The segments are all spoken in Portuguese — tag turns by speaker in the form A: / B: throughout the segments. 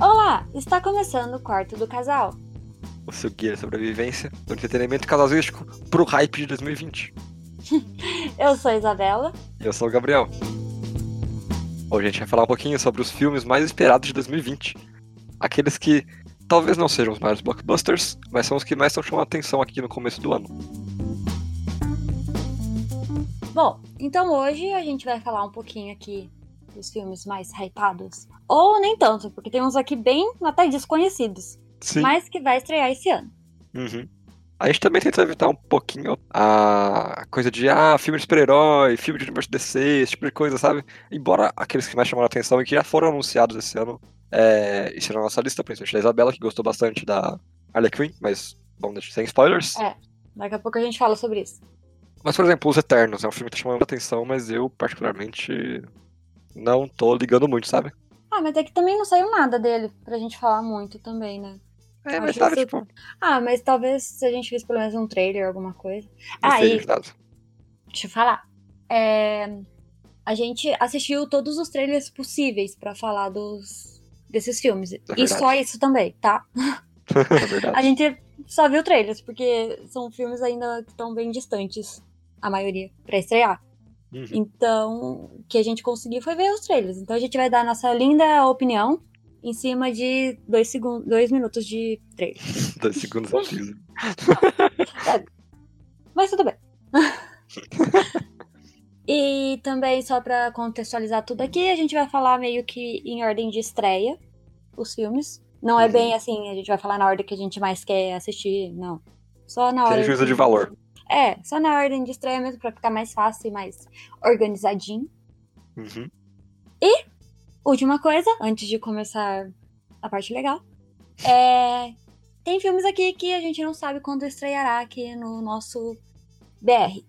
A: Olá, está começando o quarto do casal.
B: O seu guia de sobrevivência do entretenimento casalístico pro hype de 2020.
A: Eu sou a Isabela.
B: E eu sou o Gabriel. Hoje a gente vai falar um pouquinho sobre os filmes mais esperados de 2020. Aqueles que talvez não sejam os maiores blockbusters, mas são os que mais estão chamando a atenção aqui no começo do ano.
A: Bom, então hoje a gente vai falar um pouquinho aqui dos filmes mais hypados. Ou nem tanto, porque tem uns aqui bem até desconhecidos,
B: Sim.
A: mas que vai estrear esse ano.
B: Uhum. A gente também tenta evitar um pouquinho a coisa de ah, filme de super-herói, filme de universo DC, esse tipo de coisa, sabe? Embora aqueles que mais chamaram a atenção e que já foram anunciados esse ano é, estejam na nossa lista, principalmente da Isabela, que gostou bastante da Harley Quinn, mas bom, deixa- sem spoilers.
A: É. Daqui a pouco a gente fala sobre isso.
B: Mas, por exemplo, Os Eternos é um filme que tá chamando a atenção, mas eu, particularmente, não tô ligando muito, sabe?
A: Ah, mas é que também não saiu nada dele pra gente falar muito também, né?
B: É,
A: Acho
B: mas sabe,
A: isso-
B: tipo,
A: Ah, mas talvez se a gente visse pelo menos um trailer, alguma coisa.
B: não
A: Ah,
B: sei, é
A: e
B: limitado.
A: deixa eu falar. É, a gente assistiu todos os trailers possíveis pra falar dos desses filmes. e
B: É verdade.
A: só isso também, tá?
B: É verdade.
A: A gente só viu trailers, porque são filmes ainda que estão bem distantes, a maioria, pra estrear.
B: Uhum.
A: Então, o que a gente conseguiu foi ver os trailers. Então a gente vai dar a nossa linda opinião em cima de dois, segun- dois minutos de trailer.
B: Dois segundos ao piso.
A: Mas tudo bem. e também, só pra contextualizar tudo aqui, a gente vai falar meio que em ordem de estreia os filmes. Não é
B: Uhum.
A: bem assim, a gente vai falar na ordem que a gente mais quer assistir, não. Só na
B: Sem
A: ordem.
B: é juízo
A: que-
B: de valor.
A: É, só na ordem de estreia mesmo, pra ficar mais fácil e mais organizadinho.
B: Uhum.
A: Última coisa, antes de começar a parte legal, é... Tem filmes aqui que a gente não sabe quando estreará aqui no nosso BR.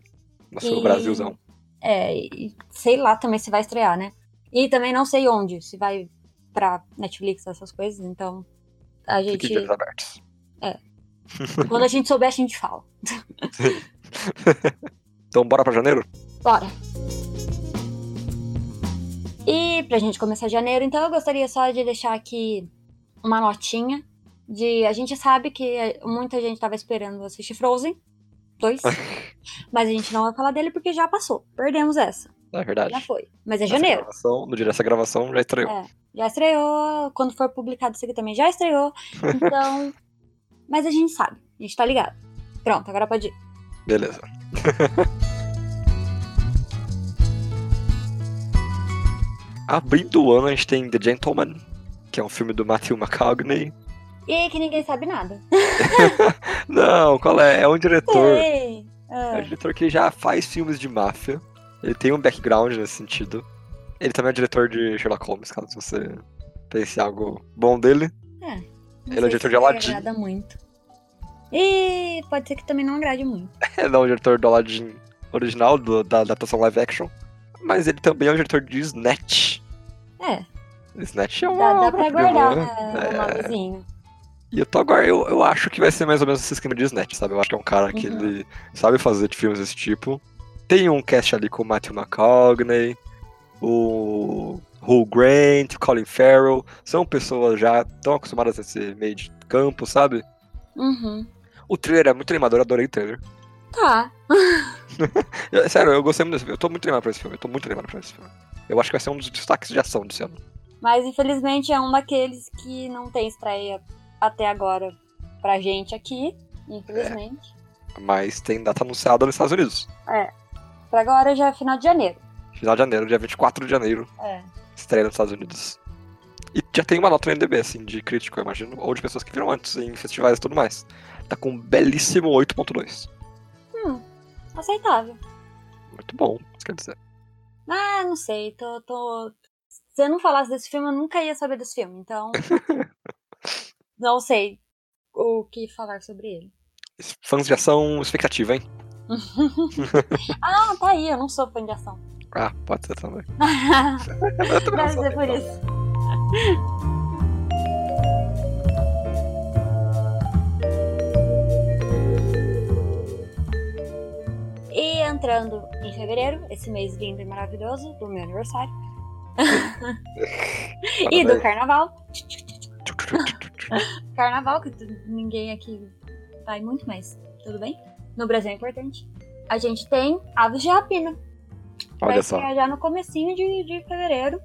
B: Nosso
A: E-
B: Brasilzão.
A: É, e sei lá também se vai estrear, né? E também não sei onde, se vai pra Netflix, essas coisas, então a
B: Fique de
A: gente...
B: olhos abertos.
A: Quando a gente souber, a gente fala.
B: Então bora pra janeiro?
A: Bora! E pra gente começar janeiro, então eu gostaria só de deixar aqui uma notinha de a gente sabe que muita gente tava esperando assistir Frozen 2, mas a gente não vai falar dele porque já passou. Perdemos essa.
B: É verdade.
A: Já foi. Mas é
B: Essa
A: janeiro.
B: gravação- no dia dessa gravação já estreou.
A: É. Já estreou, quando for publicado isso aqui também já estreou. Então, mas a gente sabe, a gente tá ligado. Pronto, agora pode ir.
B: Beleza. Abrindo o ano, a gente tem The Gentleman, que é um filme do Matthew McConaughey.
A: E que ninguém sabe nada.
B: Não, qual é? É um diretor.
A: Ei,
B: É um
A: ah,
B: diretor que já faz filmes de máfia. Ele tem um background nesse sentido. Ele também é diretor de Sherlock Holmes, caso você pense em algo bom dele.
A: não
B: Ele é
A: sei
B: diretor
A: se
B: de Aladdin.
A: agrada muito. E pode ser que também não agrade muito.
B: É não, o diretor do Aladdin original, do- da adaptação live action. Mas ele também é o diretor de Snatch.
A: É,
B: Snatch é uma
A: dá, dá pra
B: obra-prima,
A: guardar
B: né?
A: né, o nomezinho.
B: E eu tô agora, eu, eu acho que vai ser mais ou menos esse esquema de Snatch, sabe? Eu acho que é um cara que
A: Uhum.
B: ele sabe fazer de filmes desse tipo. Tem um cast ali com o Matthew McConaughey, o Hugh Grant, o Colin Farrell. São pessoas já tão acostumadas a esse meio de campo, sabe?
A: Uhum.
B: O trailer é muito animador, eu adorei o trailer.
A: Tá.
B: Eu- sério, eu gostei muito desse filme. Eu tô muito animado pra esse filme, eu tô muito animado pra esse filme. Eu acho que vai ser um dos destaques de ação desse ano.
A: Mas infelizmente é um daqueles que não tem estreia até agora pra gente aqui. Infelizmente.
B: Mas tem data anunciada nos Estados Unidos.
A: Pra agora já é final de janeiro.
B: Final de janeiro, dia 24 de janeiro.
A: É.
B: estreia nos Estados Unidos. E já tem uma nota no MDB, assim, de crítico, eu imagino, ou de pessoas que viram antes em festivais e tudo mais. Tá com um belíssimo 8.2.
A: Aceitável.
B: Muito bom, isso quer dizer.
A: Ah, não sei, tô, tô- Se eu não falasse desse filme, eu nunca ia saber desse filme, então. não sei o que falar sobre ele.
B: Fãs de ação, expectativa, hein?
A: Ah, tá aí, eu não sou fã de ação.
B: Ah, pode ser também. Eu também não
A: Deve
B: sou,
A: ser por
B: então.
A: isso. E entrando em fevereiro, esse mês lindo e maravilhoso do meu aniversário e do
B: Parabéns.
A: carnaval, Carnaval, que tu- ninguém aqui vai muito, mas tudo bem. No Brasil é importante. A gente tem Aves de Rapina. que vai
B: Olha só.
A: estrear já no comecinho de, de fevereiro.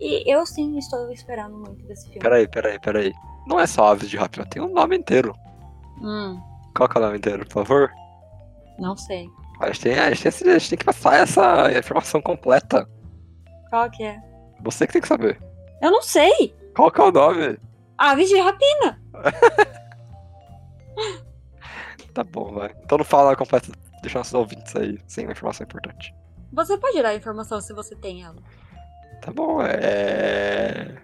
A: E eu sim estou esperando muito desse filme.
B: Peraí, peraí, peraí. Não é só Aves de Rapina, tem um nome inteiro.
A: Hum,
B: Qual que é o nome inteiro, por favor?
A: não sei.
B: A gente tem, a gente tem, esse- a gente tem que passar essa informação completa.
A: Qual que é?
B: Você que tem que saber.
A: Eu não sei!
B: Qual que é o nome?
A: Aves de Rapina!
B: Tá bom, vai. Então não fala completa. Deixa nossos ouvintes aí sem uma informação importante.
A: Você pode dar a informação se você tem ela.
B: Tá bom, é.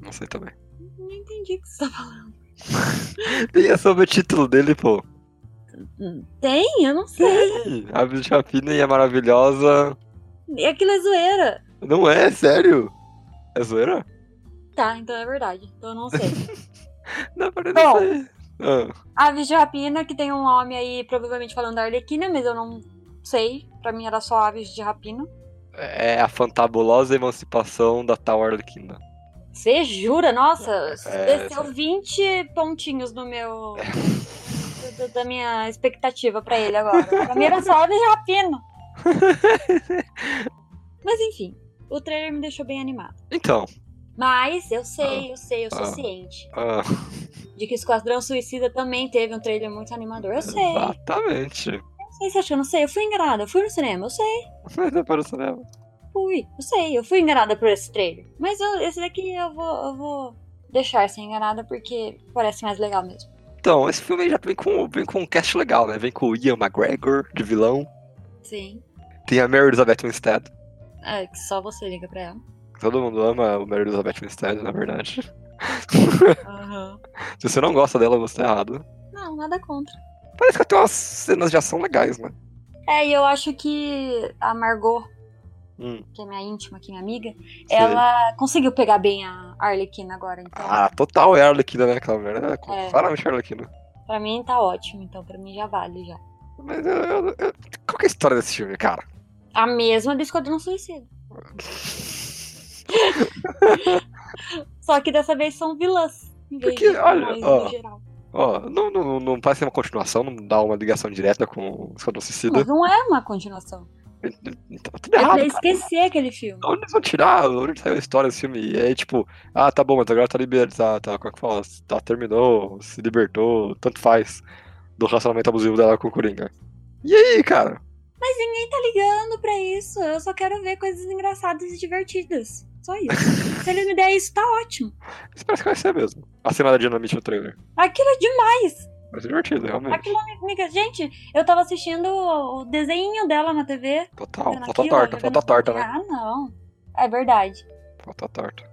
B: Não sei também.
A: Não entendi o que você tá falando.
B: Tem é sobre o título dele, pô.
A: Tem? Eu não sei.
B: Ih, A Aves de Rapina e a Maravilhosa.
A: E Aquilo é zoeira.
B: Não é, sério? É zoeira?
A: Tá, então é verdade. Então eu não sei.
B: Não, peraí,
A: Bom.
B: não sei. Ah,
A: Aves de Rapina, que tem um homem aí provavelmente falando da Arlequina, mas eu não sei. Pra mim era só Aves de Rapina.
B: é a fantabulosa emancipação da tal Arlequina.
A: Você jura? Nossa,
B: É,
A: desceu 20 pontinhos no meu... do- da minha expectativa pra ele agora. Pra mim era só Aves de Rapina. mas enfim, o trailer me deixou bem animada.
B: Então.
A: Mas eu sei, eu sei, eu sou
B: Ah.
A: ciente
B: ah,
A: de que Esquadrão Suicida também teve um trailer muito animador. Eu sei.
B: exatamente.
A: Eu sei, você acha que eu não sei? Eu fui enganada, eu fui no cinema, eu sei,
B: Mas é para o cinema.
A: fui, eu sei, eu fui enganada por esse trailer. Mas eu- esse daqui eu vou, eu vou deixar ser enganada porque parece mais legal mesmo.
B: Então, esse filme aí já vem com, vem com um cast legal, né? Vem com o Ian McGregor de vilão.
A: Sim.
B: Tem a Mary Elizabeth Winstead.
A: É, que só você liga pra ela.
B: Todo mundo ama a Mary Elizabeth Winstead, na verdade.
A: Aham.
B: Se você não gosta dela, você tá errado.
A: Não, nada contra.
B: Parece que ela tem umas cenas de ação legais, né?
A: É, e eu acho que a Margot,
B: Hum,
A: que é minha íntima, que é minha amiga,
B: sei.
A: ela conseguiu pegar bem a Arlequina agora, então.
B: Ah, total é a Arlequina, né? Aquela mulher, né? Com-
A: É.
B: Claramente a Arlequina.
A: Pra mim tá ótimo, então pra mim já vale já.
B: Mas eu, eu- eu- qual que é a história desse filme, cara?
A: A mesma do Esquadrão Suicida. Só que dessa vez são vilãs. em vez
B: Porque,
A: de
B: olha,
A: vilões
B: ó,
A: no geral.
B: Ó, não, não, não parece uma continuação, não dá uma ligação direta com o Esquadrão Suicida.
A: Mas não é uma continuação.
B: Então, tudo
A: é
B: errado,
A: pra
B: cara.
A: esquecer aquele filme.
B: Da onde eles vão tirar? Da onde saiu a história desse filme? E aí, tipo, ah, tá bom, mas agora tá liberado, tá, tá, como é que fala? Tá, terminou, se libertou, tanto faz do relacionamento abusivo dela com o Coringa. E aí, cara?
A: Mas ninguém tá ligando pra isso. Eu só quero ver coisas engraçadas e divertidas. Só isso. Se ele me der isso, tá ótimo.
B: Isso parece que vai ser mesmo. A cena da Dinamite no trailer.
A: Aquilo é demais.
B: Vai ser divertido, realmente.
A: Aquilo é amiga. Gente, eu tava assistindo o desenho dela na TV.
B: Total,
A: vendo
B: falta
A: aquilo,
B: torta,
A: jogando-
B: falta torta, né?
A: Ah, não. É verdade.
B: Falta torta.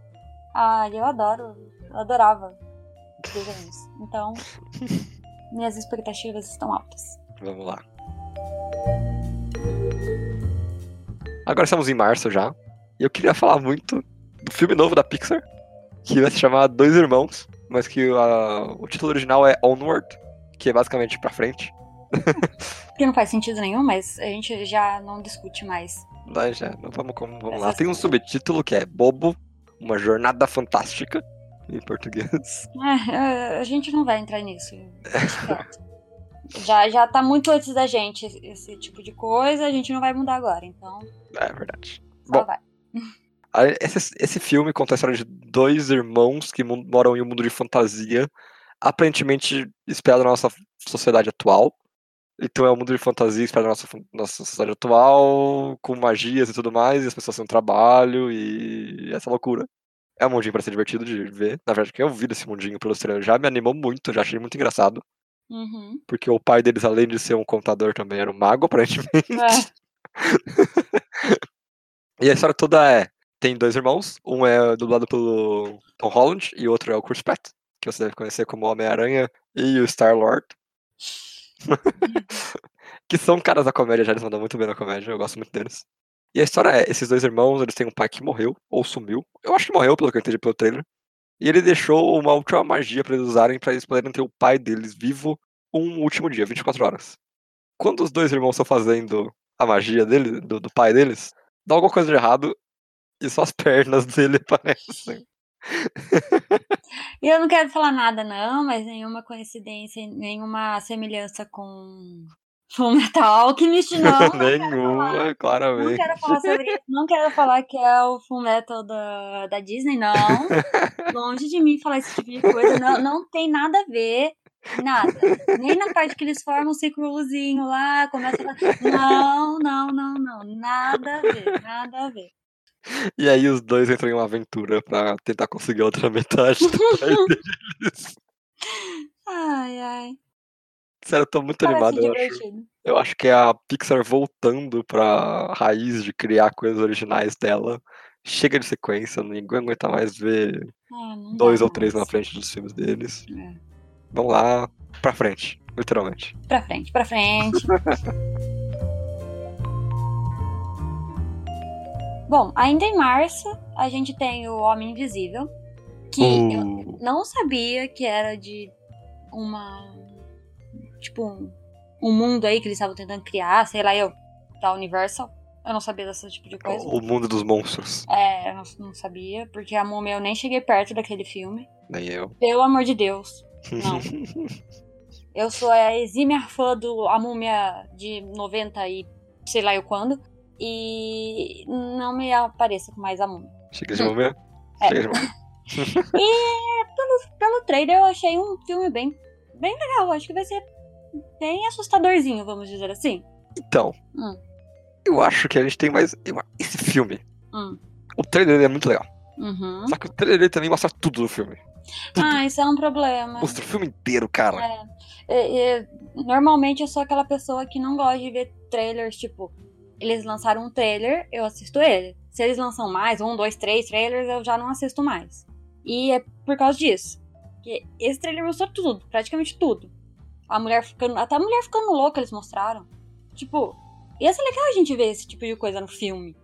A: Ah, eu adoro, eu adorava desenhos. Então, minhas expectativas estão altas.
B: Vamos lá. Agora estamos em março já. E eu queria falar muito do filme novo da Pixar, que vai se chamar Dois Irmãos, mas que ah, o título original é Onward, que é basicamente pra frente.
A: Que não faz sentido nenhum, mas a gente já não discute mais.
B: Lá já, né, não vamos, como- vamos lá.
A: Essas
B: Tem um
A: coisas.
B: subtítulo que é Bobo, uma jornada fantástica, em português.
A: É, é, a gente não vai entrar nisso. Deixa quieto. Já, já tá muito antes da gente esse- esse tipo de coisa, a gente não vai mudar agora, então
B: É verdade.
A: só
B: Bom.
A: vai.
B: Aí, Esse, esse filme conta a história de dois irmãos que mon- moram em um mundo de fantasia, aparentemente espelhado na nossa sociedade atual. Então é um mundo de fantasia espelhado na nossa, fun- nossa sociedade atual, com magias e tudo mais, e as pessoas têm um trabalho e essa loucura. É um mundinho pra ser divertido de ver. Na verdade, que eu vi desse mundinho pelo trailer já me animou muito, já achei muito engraçado.
A: Uhum.
B: Porque o pai deles, além de ser um contador, também era um mago, aparentemente.
A: É.
B: E a história toda é: tem dois irmãos, um é dublado pelo Tom Holland e o outro é o Chris Pratt, que você deve conhecer como Homem-Aranha e o Star-Lord. que são caras da comédia, já eles mandam muito bem na comédia, eu gosto muito deles. E a história é: esses dois irmãos, eles têm um pai que morreu, ou sumiu. Eu acho que morreu, pelo que eu entendi pelo trailer. E ele deixou uma última magia pra eles usarem, pra eles poderem ter o pai deles vivo um último dia, 24 horas. Quando os dois irmãos estão fazendo a magia dele, do- do pai deles, dá alguma coisa de errado e só as pernas dele aparecem.
A: E eu não quero falar nada, não, mas nenhuma coincidência, nenhuma semelhança com o Metal Alchemist, não.
B: Nenhuma,
A: Não
B: claramente.
A: quero falar sobre isso, não quero falar que é o Full Metal da, da Disney, não. Longe de mim falar esse tipo de coisa, não, não tem nada a ver, nada. Nem na parte que eles formam o círculozinho lá, começa a falar, não, não, não, não, nada a ver, nada a ver.
B: E aí os dois entram em uma aventura pra tentar conseguir a outra metade. do pai deles.
A: Ai, ai,
B: Sério, eu tô muito
A: parece
B: animado. Eu acho,
A: divertido.
B: eu acho que é a Pixar voltando pra raiz de criar coisas originais dela. Chega de sequência, ninguém aguenta mais ver
A: Ah, não
B: dois
A: dá
B: ou três na
A: mais.
B: frente dos filmes deles.
A: É.
B: Vamos lá, pra frente, literalmente.
A: Pra frente, pra frente. Bom, ainda em março, a gente tem o Homem Invisível, que eu
B: Uh,
A: não sabia que era de uma. Tipo, um, um mundo aí que eles estavam tentando criar, sei lá, eu, da Universal. Eu não sabia desse tipo de coisa.
B: o mundo dos monstros.
A: É, eu não, não sabia, porque a Múmia eu nem cheguei perto daquele filme.
B: Nem eu.
A: Pelo amor de Deus. Não. Eu sou a exímia fã do A Múmia de 90 e sei lá eu quando. E não me apareça com mais a Múmia.
B: Chega de momento.
A: É.
B: Chega de momento.
A: Pelo trailer eu achei um filme bem, bem legal. Acho que vai ser bem assustadorzinho, vamos dizer assim.
B: Então,
A: Hum.
B: eu acho que a gente tem mais. eu- Esse filme.
A: Hum.
B: O trailer dele é muito legal.
A: Uhum.
B: Só que o trailer dele também mostra tudo do filme.
A: Ah, isso é um problema.
B: Mostra o filme inteiro, cara.
A: É, é, normalmente eu sou aquela pessoa que não gosta de ver trailers, tipo, eles lançaram um trailer, eu assisto ele. Se eles lançam mais, um, dois, três trailers, eu já não assisto mais. E é por causa disso. Porque esse trailer mostrou tudo, praticamente tudo. A mulher ficando. Até a mulher ficando louca, eles mostraram. Tipo, ia ser legal a gente ver esse tipo de coisa no filme.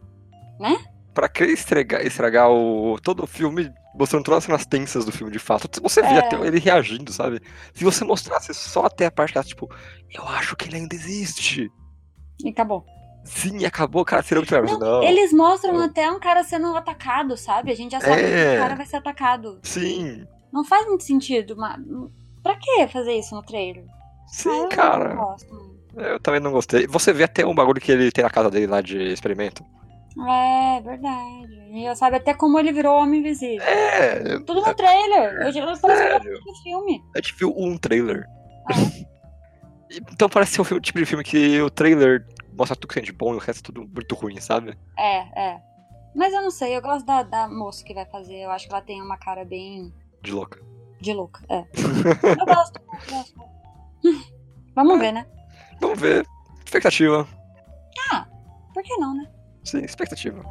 B: Pra que estragar, estragar o, todo o filme mostrando todas as cenas tensas do filme de fato? Se você vê
A: É.
B: até ele reagindo, sabe? Se você mostrasse só até a parte que ela, tipo, eu acho que ele ainda existe.
A: E acabou.
B: Sim, acabou, cara, seria muito melhor. Mas Não,
A: Eles mostram
B: Eu-
A: até um cara sendo atacado, sabe? A gente já sabe que
B: Oh. É.
A: o cara vai ser atacado.
B: Sim,
A: Não faz muito sentido, mas. Pra que fazer isso no trailer? Ah,
B: sim,
A: eu
B: cara.
A: Não gosto. muito.
B: Eu também não gostei. Você vê até um bagulho que ele tem na casa dele lá de experimento.
A: É, verdade. E já sabe até como ele virou homem invisível.
B: É,
A: Tudo no trailer. Eu já eu tô
B: Sério?
A: no filme.
B: a gente viu um trailer. então parece ser um filme- tipo de filme que o trailer mostra tudo que tem de bom e o resto é tudo muito ruim, sabe?
A: É, é. Mas eu não sei, eu gosto da, da moça que vai fazer. Eu acho que ela tem uma cara bem
B: De louca.
A: de louca. É. Eu gosto, eu gosto. Vamos ver, né?
B: Vamos ver. Expectativa.
A: Por que não, né?
B: Sim, expectativa.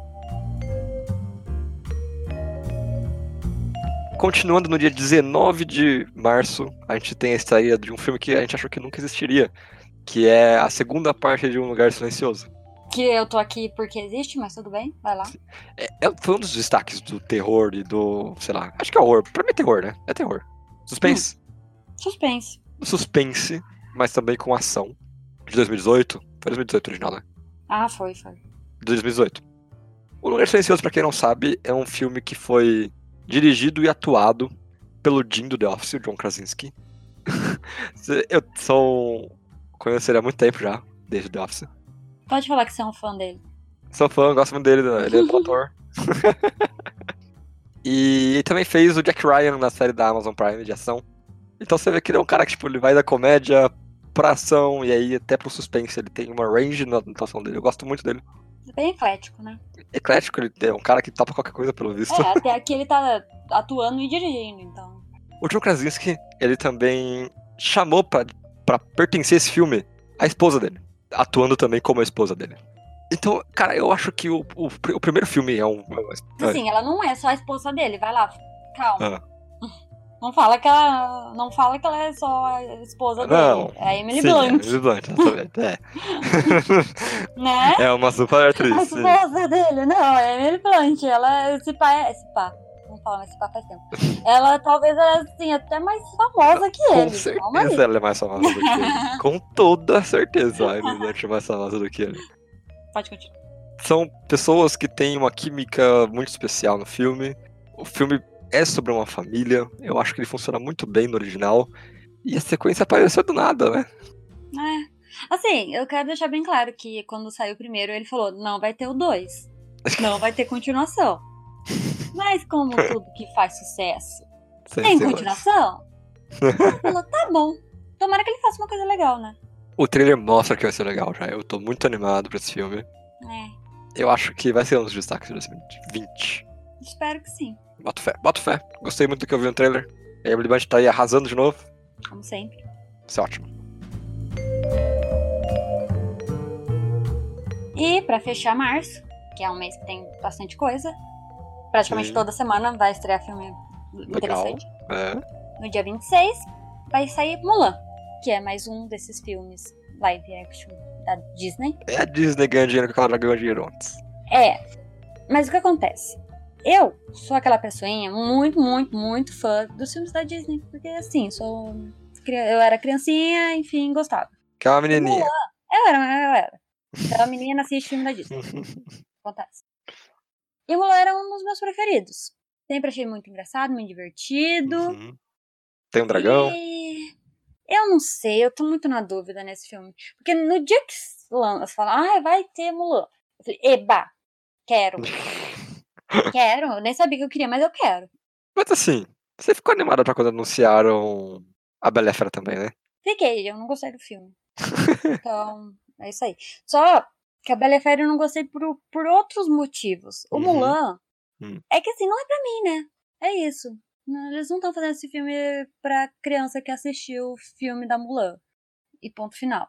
B: Continuando no dia 19 de março, a gente tem a estreia de um filme que a gente achou que nunca existiria, que é a segunda parte de Um Lugar Silencioso.
A: Que eu tô aqui porque existe, mas tudo bem, vai lá.
B: É, é- foi um dos destaques do terror e do, sei lá, acho que é horror. Pra mim é terror, né? É terror. Suspense.
A: Suspense.
B: Suspense, mas também com ação. De 2018. Foi 2018 o original, né?
A: Ah, foi, foi.
B: de 2018. O Lugar Silencioso, pra quem não sabe, é um filme que foi dirigido e atuado pelo Jim do The Office, o John Krasinski. Eu sou. um- Conheço ele há muito tempo já, desde The Office.
A: Pode falar que você é um fã dele.
B: Sou fã, gosto muito dele, né? ele é bom ator. e ele também fez o Jack Ryan na série da Amazon Prime de ação. Então você vê que ele é um cara que tipo, ele vai da comédia pra ação e aí até pro suspense. Ele tem uma range na atuação dele. Eu gosto muito dele.
A: Bem eclético, né?
B: Eclético, ele é um cara que topa qualquer coisa, pelo visto.
A: É, até aqui ele tá atuando e dirigindo, então.
B: O John Krasinski, ele também chamou pra, pra pertencer a esse filme a esposa dele, atuando também como a esposa dele. Então, cara, eu acho que o, o, pr- o primeiro filme é um. é-
A: Assim, ela não é só a esposa dele, vai lá, calma.
B: Ah.
A: Não fala que ela. Não fala que ela é só a esposa
B: Não,
A: dele. É a Emily
B: sim,
A: Blunt,
B: É, Emily Blunt, exatamente, é.
A: né?
B: é uma super
A: A
B: atriz. sim.
A: esposa dele, não, é a Emily Blunt. Ela, esse pá, é- esse pá. Não fala mais esse pá faz tempo. Ela talvez ela assim, até mais famosa que
B: Com
A: ele. Calma aí.
B: certeza ela é mais famosa do que ele. Com toda certeza a Emily Blunt é mais famosa do que ele.
A: Pode continuar.
B: são pessoas que têm uma química muito especial no filme. O filme é sobre uma família. Eu acho que ele funciona muito bem no original. E a sequência apareceu do nada, né?
A: É. Assim, eu quero deixar bem claro que quando saiu o primeiro, ele falou: não vai ter o dois. Não vai ter continuação. Mas como tudo que faz sucesso
B: Sem
A: tem
B: ser mais.
A: continuação, ele falou: tá bom. Tomara que ele faça uma coisa legal, né?
B: O trailer mostra que vai ser legal já. Eu tô muito animado pra esse filme.
A: É,
B: Eu acho que vai ser um dos destaques de 2020.
A: espero que sim.
B: Boto fé, boto fé. Gostei muito do que eu vi no trailer. A Emily Blunt tá aí arrasando de novo.
A: Como sempre.
B: Isso é ótimo.
A: E pra fechar março, que é um mês que tem bastante coisa, praticamente
B: Sim.
A: toda semana vai estrear filme
B: Legal.
A: interessante.
B: É.
A: No dia 26 vai sair Mulan, que é mais um desses filmes live action da Disney.
B: É a Disney ganhando dinheiro que ela já ganhou dinheiro antes.
A: É, mas o que acontece? Eu sou aquela pessoinha muito, muito, muito fã dos filmes da Disney, porque assim, sou cri- eu era criancinha, enfim, gostava.
B: Que é uma menininha.
A: Eu era, eu era. Então a menina assiste filme da Disney. Acontece. E Mulan era um dos meus preferidos. Sempre achei muito engraçado, muito divertido.
B: Uhum. Tem um dragão.
A: E Eu não sei, eu tô muito na dúvida nesse filme. Porque no dia que lança, fala, ah, vai ter Mulan. Eu falei, eba, quero. quero, eu nem sabia que eu queria, mas eu quero.
B: Mas assim, você ficou animada pra quando anunciaram a Bela e a Fera também, né?
A: Fiquei, eu não gostei do filme. Então, é isso aí. Só que a Bela e a Fera eu não gostei por, por outros motivos. O
B: Uhum.
A: Mulan
B: Hum.
A: é que assim, não é pra mim, né? É isso. Não, Eles não estão fazendo esse filme pra criança que assistiu o filme da Mulan. E ponto final.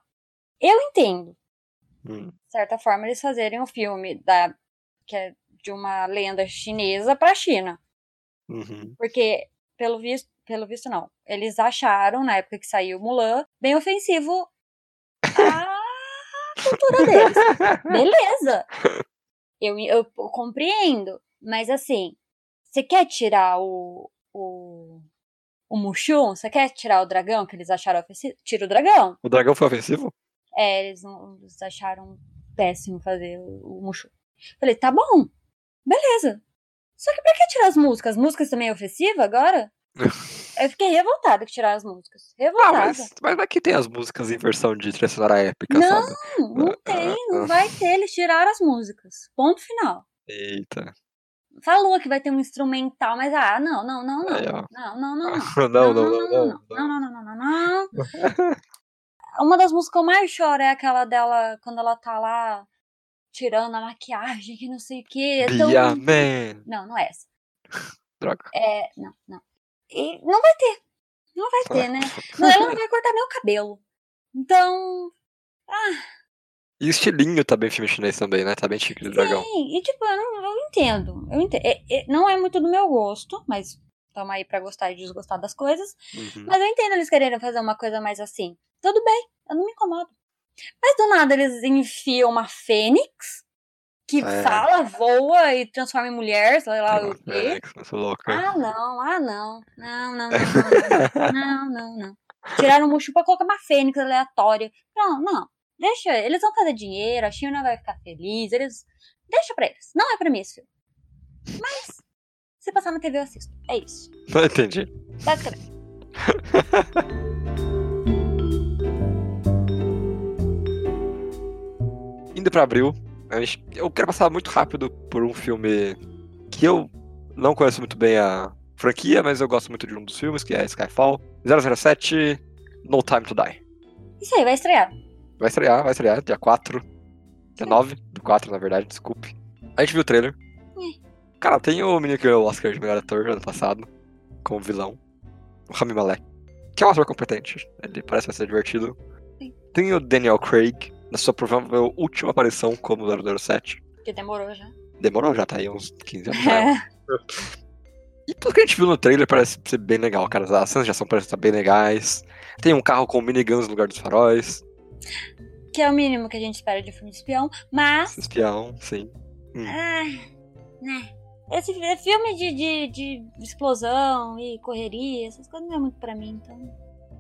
A: Eu entendo
B: Hum.
A: certa forma, eles fazerem um filme da, que é de uma lenda chinesa para a China.
B: Uhum.
A: Porque, pelo visto, pelo visto, não. Eles acharam, na época que saiu Mulan, bem ofensivo a cultura deles. Beleza! Eu, eu compreendo. Mas, assim, você quer tirar o. o o Mushun, você quer tirar o dragão que eles acharam ofensivo? Tira o dragão.
B: O dragão foi ofensivo?
A: É, eles, não- eles acharam péssimo fazer o, o Mushu. Falei, tá bom, beleza. Só que pra que tirar as músicas? As músicas também é ofensiva agora? Eu fiquei revoltada que tiraram as músicas.
B: Ah,
A: Revoltada.
B: mas, mas aqui tem as músicas em versão de trilha sonora épica,
A: Não.
B: sabe?
A: Não, não tem, não vai ter. Eles tiraram as músicas. Ponto final.
B: Eita.
A: Falou que vai ter um instrumental, mas ah, não, não, não, não.
B: Aí, ó.
A: Não, não, não, não.
B: Não, não, não, não.
A: não, não, não, não, não, não, não. Uma das músicas que eu mais choro é aquela dela quando ela tá lá tirando a maquiagem, que não sei o é que.
B: Be a man.
A: Não, não é essa.
B: Droga.
A: É, não, não. E não vai ter. Não vai ter, né? Não, ela não vai cortar nem o cabelo. Então,
B: E o estilinho tá bem filme chinês também, né? Tá bem chique do dragão.
A: sim. E tipo, eu, não, eu entendo. Eu entendo. não é muito do meu gosto, mas tamo aí pra gostar e desgostar das coisas.
B: Uhum.
A: Mas eu entendo eles quererem fazer uma coisa mais assim. Tudo bem, eu não me incomodo. Mas do nada eles enfiam uma fênix que
B: É.
A: fala, voa e transforma em mulher, sei lá o quê.
B: É, que sou louca.
A: Ah, não, ah, não. Não, não, não, não. Não, não, não. Tiraram o Mushu pra colocar uma fênix aleatória. Não, não. Deixa, eles vão fazer dinheiro, a China vai ficar feliz, eles... Deixa pra eles. Não é pra mim esse filme. Mas, se passar na TV eu assisto. É isso.
B: Não entendi.
A: Basicamente.
B: Indo pra abril, a gente- eu quero passar muito rápido por um filme que eu não conheço muito bem a franquia, mas eu gosto muito de um dos filmes, que é Skyfall 007 No Time to Die.
A: Isso aí, vai estrear.
B: Vai estrear, vai estrear, dia 4. Dia 9 do 4, na verdade, desculpe. A gente viu o trailer. Cara, tem o menino que ganhou o Oscar de melhor ator ano passado, como vilão. O Rami Malek. Que é um ator competente. Ele parece vai ser divertido.
A: Sim.
B: Tem o Daniel Craig, na sua provável última aparição como 007.
A: Que demorou já.
B: Demorou já, tá aí uns 15 anos.
A: É.
B: já. E tudo que a gente viu no trailer parece ser bem legal, cara. As cenas de ação parecem estar bem legais. Tem um carro com miniguns no lugar dos faróis.
A: que é o mínimo que a gente espera de um filme de espião, mas.
B: Espião, sim.
A: ah, né. Esse fi- filme de, de, de explosão e correria, essas coisas não é muito pra mim, então.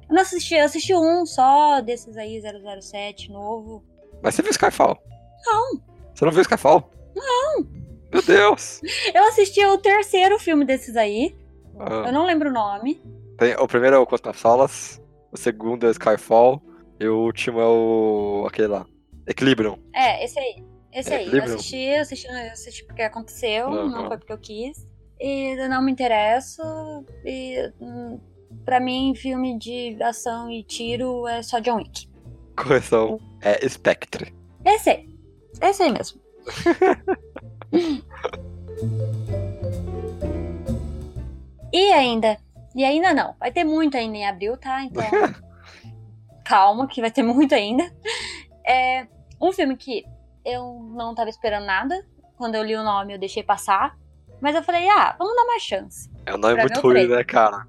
A: Eu não assisti, eu assisti um só desses aí, 007, novo.
B: Mas você viu Skyfall?
A: Não.
B: Você não viu Skyfall? Não. Meu Deus.
A: Eu assisti o terceiro filme desses aí,
B: Ah,
A: Eu não lembro o nome.
B: tem- o primeiro é o Quantum of Solace, o segundo é Skyfall, e o último é o. aquele lá. Equilibrium.
A: É, esse aí. Esse
B: É,
A: aí. Eu
B: livro?
A: assisti, eu assisti, eu assisti porque aconteceu,
B: Aham.
A: não foi porque eu quis. E eu não me interesso. E hum, pra mim, filme de ação e tiro é só John Wick.
B: Correção é Spectre.
A: Esse aí. Esse aí mesmo. e ainda. E ainda não. Vai ter muito ainda em abril, tá? Então. calma, que vai ter muito ainda. É um filme que eu não tava esperando nada. Quando eu li o nome, eu deixei passar. Mas eu falei, ah, vamos dar uma chance.
B: É um nome
A: Pra
B: muito
A: meu
B: ruim,
A: preto.
B: né, cara?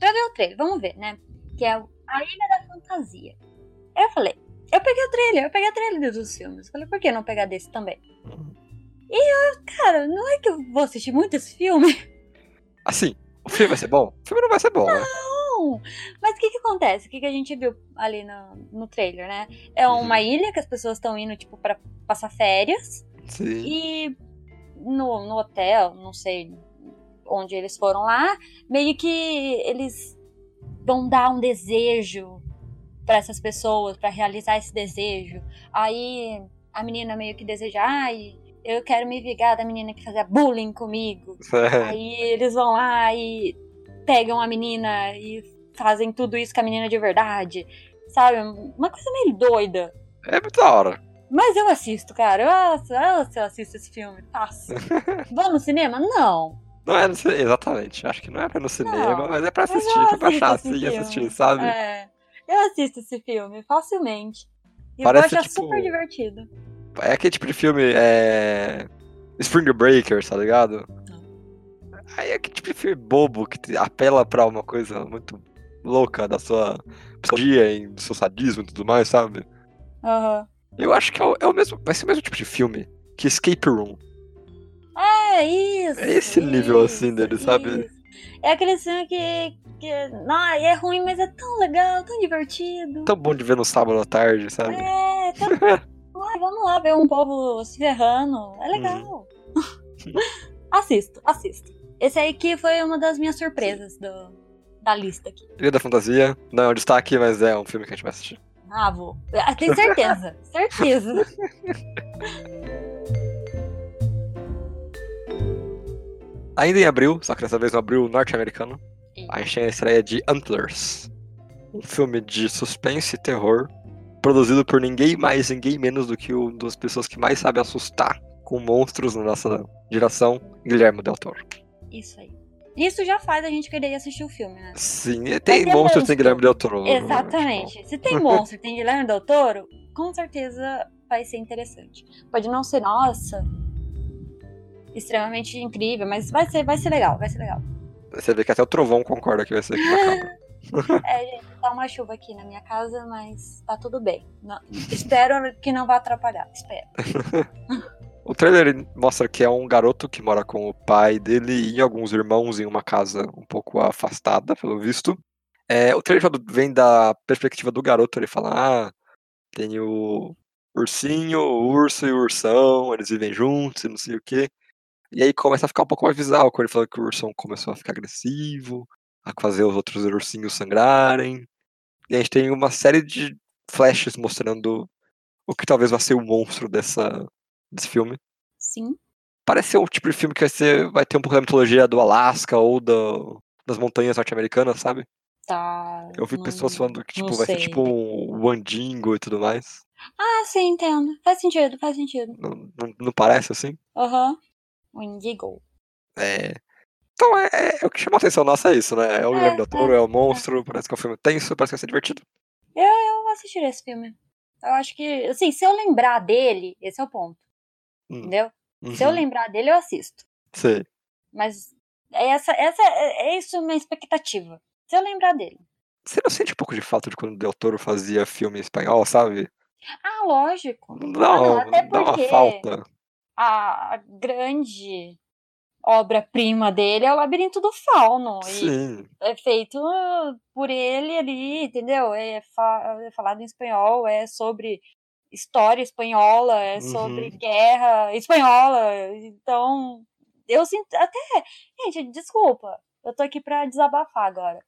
A: Já ver o trailer, vamos ver, né? Que é o A Ilha da Fantasia. Eu falei, eu peguei o trailer, eu peguei o trailer dos filmes. Eu falei, por que não pegar desse também? Cara, não é que eu vou assistir muito esse filme,
B: Assim, o filme vai ser bom? O filme não vai ser bom, né?
A: não. Mas o que que acontece? O que que a gente viu ali no, no trailer, né? É uma ilha que as pessoas estão indo, tipo, pra passar férias.
B: Sim.
A: E no, no hotel, não sei onde eles foram lá, meio que eles vão dar um desejo pra essas pessoas, pra realizar esse desejo. Aí a menina meio que deseja, ai, eu quero me vingar da menina que fazia bullying comigo.
B: É,
A: Aí eles vão lá e pegam a menina e fazem tudo isso com a menina de verdade. Sabe? Uma coisa meio doida.
B: é muito da hora.
A: Mas eu assisto, cara. Eu, ass- eu, eu assisto esse filme. Fácil. Vou no cinema? Não.
B: Não é no cinema, exatamente. Acho que não é pra ir no cinema, mas é pra
A: mas eu
B: assistir, pra
A: assisto
B: baixar
A: esse
B: assim e
A: filme.
B: assistir, sabe?
A: É, eu assisto esse filme facilmente. E
B: Parece,
A: eu acho
B: tipo,
A: super divertido.
B: É aquele tipo de filme, é. Spring Breakers, tá ligado? Aí é aquele tipo de filme bobo que te apela pra uma coisa muito louca da sua psicologia, e do seu sadismo e tudo mais, sabe?
A: Aham.
B: Eu acho que é o, é o mesmo. Vai ser o mesmo tipo de filme que Escape Room.
A: É isso.
B: É esse nível,
A: isso,
B: assim, dele, sabe?
A: isso. É aquele filme que, que não, é ruim, mas é tão legal, tão divertido.
B: Tão bom de ver no sábado à tarde, sabe?
A: É, tá... Ué, vamos lá ver um povo se ferrando. É legal.
B: Uhum.
A: assisto, assisto. Esse aí que foi uma das minhas surpresas do- da lista aqui.
B: Ilha da Fantasia. Não é um destaque, mas é um filme que a gente vai assistir.
A: Ah, vou. Ah, Tenho certeza, certeza.
B: Ainda em abril, só que dessa vez no abril norte-americano,
A: Sim.
B: a gente tem a estreia de Antlers, um filme de suspense e terror, produzido por ninguém mais, ninguém menos do que uma das pessoas que mais sabe assustar com monstros na nossa geração, Guilherme Del Toro.
A: Isso aí. Isso já faz a gente querer ir assistir o filme, né?
B: Sim, e tem
A: ter
B: monstros
A: monstro.
B: sem Guilherme Del Toro. né?
A: Exatamente. Se tem monstro, tem Guilherme Del Toro, com certeza vai ser interessante. Pode não ser, nossa, extremamente incrível, mas vai ser, vai ser legal, vai ser legal.
B: Você vê que até o Trovão concorda que vai ser aqui na capa.
A: É, gente, tá uma chuva aqui na minha casa, mas tá tudo bem. Não- espero que não vá atrapalhar. Espero.
B: O trailer ele mostra que é um garoto que mora com o pai dele e alguns irmãos em uma casa um pouco afastada, pelo visto. É, o trailer todo vem da perspectiva do garoto, ele fala, ah, tem o ursinho, o urso e o ursão, eles vivem juntos e não sei o quê. E aí começa a ficar um pouco mais visual, quando ele fala que o ursão começou a ficar agressivo, a fazer os outros ursinhos sangrarem. E a gente tem uma série de flashes mostrando o que talvez vá ser o monstro dessa, desse filme
A: Sim.
B: parece ser um tipo de filme que vai, ser, vai ter um pouco da mitologia do Alasca ou do- das montanhas norte-americanas, sabe?
A: Tá.
B: Eu vi
A: Hum.
B: pessoas falando que tipo,
A: não
B: vai ser
A: sei.
B: tipo um Wandingo e tudo mais.
A: Ah, sim, entendo. Faz sentido, faz sentido.
B: Não, não- não parece assim?
A: Aham. O Indigo.
B: É. Então é, é- é o que chama a atenção nossa é isso, né? É o
A: É,
B: Guilherme Del Toro, é o monstro, parece que é um filme tenso, parece que vai ser divertido.
A: Eu vou assistir esse filme. Eu acho que, assim, se eu lembrar dele, esse é o ponto.
B: Hum.
A: Entendeu? Se eu
B: Uhum,
A: lembrar dele, eu assisto.
B: Sei.
A: Mas é essa, essa é é isso minha expectativa. Se eu lembrar dele.
B: Você não sente um pouco de falta de quando o Del Toro fazia filme em espanhol, sabe?
A: Ah, lógico.
B: Não
A: Ah,
B: dá,
A: não,
B: uma-
A: até
B: não dá
A: porque-
B: uma falta.
A: a grande obra-prima dele é o Labirinto do Fauno. E
B: Sim.
A: é feito por ele ali, entendeu? É, fa- é falado em espanhol, é sobre história espanhola, é sobre
B: Uhum.
A: guerra espanhola. Então, eu sinto. Até. Gente, desculpa. Eu tô aqui pra desabafar agora.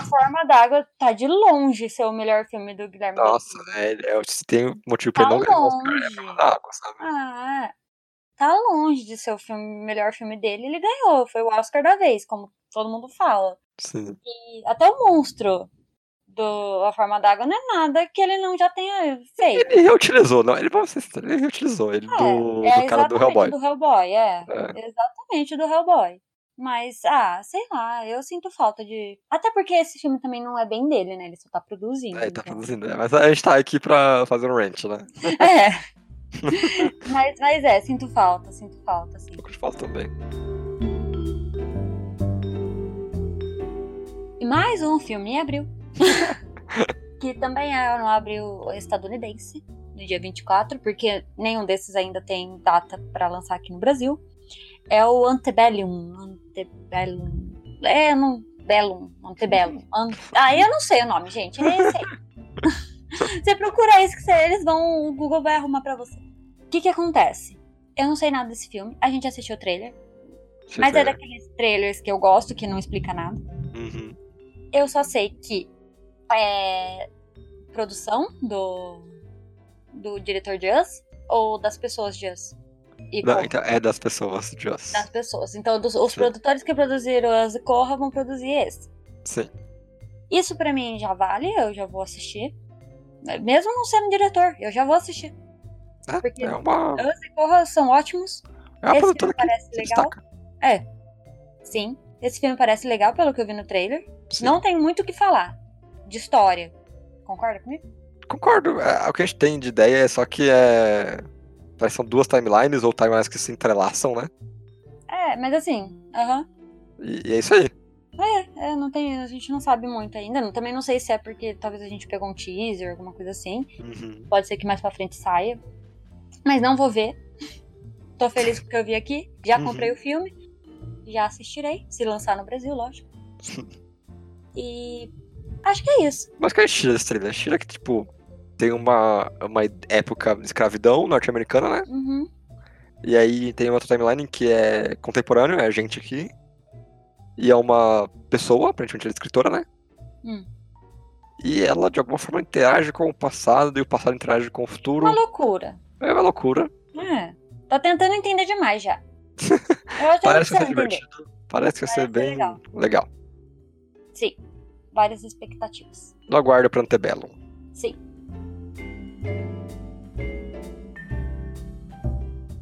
A: A Forma d'Água tá de longe ser o melhor filme do Guilherme. Del
B: Nossa,
A: Toro.
B: é, é, se tem motivo pra
A: Tá
B: ele não ganhar o Oscar, é
A: longe.
B: Forma d'Água, sabe?
A: Ah, tá longe de ser o filme, melhor filme dele. Ele ganhou, foi o Oscar da vez, como todo mundo fala.
B: Sim.
A: E até o monstro do A Forma d'Água não é nada que ele não já tenha feito.
B: Ele reutilizou, não, ele, vamos ser sinceros, ele reutilizou, ele do,
A: é
B: do cara do
A: exatamente
B: Hellboy.
A: do Hellboy, é.
B: É.
A: Exatamente do Hellboy. Mas, ah, sei lá, eu sinto falta de. Até porque esse filme também não é bem dele, né? Ele só tá produzindo.
B: É, ele tá
A: então.
B: produzindo, é, mas a gente tá aqui pra fazer um rant, né?
A: É. mas, mas é, sinto falta, sinto falta, assim.
B: Um pouco de falta também.
A: E mais um filme em abril. que também é no abril estadunidense, no dia 24, porque nenhum desses ainda tem data pra lançar aqui no Brasil. É o Antebellum. Antebellum. É, não. Bellum. Antebellum. An... Ah, eu não sei o nome, gente. É esse aí. Você procura isso que você- eles vão. O Google vai arrumar pra você. O que que acontece? Eu não sei nada desse filme. A gente assistiu o trailer.
B: Deixa eu
A: Mas é
B: ver.
A: daqueles trailers que eu gosto, que não explica nada.
B: Uhum.
A: Eu só sei que é produção do, do diretor de Us ou das pessoas de Us? E
B: Não,
A: Corra.
B: então é das pessoas, Joss.
A: Das pessoas. Então, dos- os
B: Sim.
A: produtores que produziram Us e Corra vão produzir esse.
B: Sim.
A: Isso pra mim já vale, eu já vou assistir. Mesmo não sendo diretor, eu já vou assistir.
B: É,
A: Porque-
B: é uma,
A: Us e Corra são ótimos.
B: é uma
A: esse filme
B: produtora que
A: parece
B: se
A: legal.
B: destaca.
A: Sim. Esse filme parece legal pelo que eu vi no trailer.
B: Sim.
A: Não tem muito o que falar de história. Concorda comigo?
B: Concordo. é, o que a gente tem de ideia é só que é. Parece que são duas timelines ou timelines que se entrelaçam, né?
A: É, mas assim, aham.
B: E, e é isso aí.
A: É, não tem, a gente não sabe muito ainda. Não- Também não sei se é porque talvez a gente pegou um teaser, alguma coisa assim.
B: Uhum.
A: Pode ser que mais pra frente saia. Mas não vou ver. Tô feliz porque eu vi aqui. Já
B: Uhum.
A: comprei o filme. Já assistirei. Se lançar no Brasil, lógico. E acho que é isso.
B: Mas o que a gente tira desse trailer? A gente tira que, tipo, tem uma, uma época de escravidão norte-americana, né?
A: Uhum.
B: E aí tem outra timeline que é contemporâneo, é a gente aqui. E é uma pessoa, aparentemente ela é escritora, né?
A: Hum.
B: E ela, de alguma forma, interage com o passado e o passado interage com o futuro.
A: Uma loucura.
B: É uma loucura.
A: É. Tô tentando entender demais já. Eu acho que
B: Parece que
A: eu
B: vai ser
A: entender.
B: divertido. Parece que vai ser
A: Parece
B: bem
A: legal.
B: legal.
A: Sim. Várias expectativas.
B: No aguardo pra Antebellum.
A: Sim.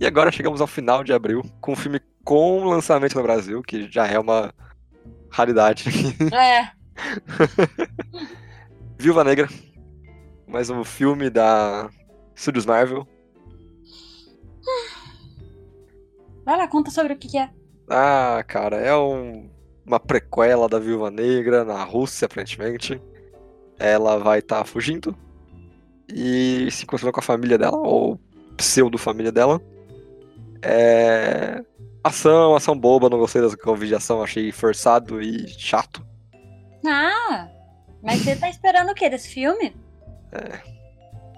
B: E agora chegamos ao final de abril, com um filme com lançamento no Brasil, que já é uma raridade.
A: É.
B: Viúva Negra. Mais um filme da Studios Marvel.
A: Vai lá, conta sobre o que, que é.
B: Ah, cara, é um- uma prequela da Viúva Negra na Rússia, aparentemente. Ela vai estar fugindo e se encontrando com a família dela, ou pseudo-família dela. É... Ação, ação boba, não gostei das que eu vi de ação, achei forçado e chato.
A: Ah, mas você tá esperando o quê desse filme? É.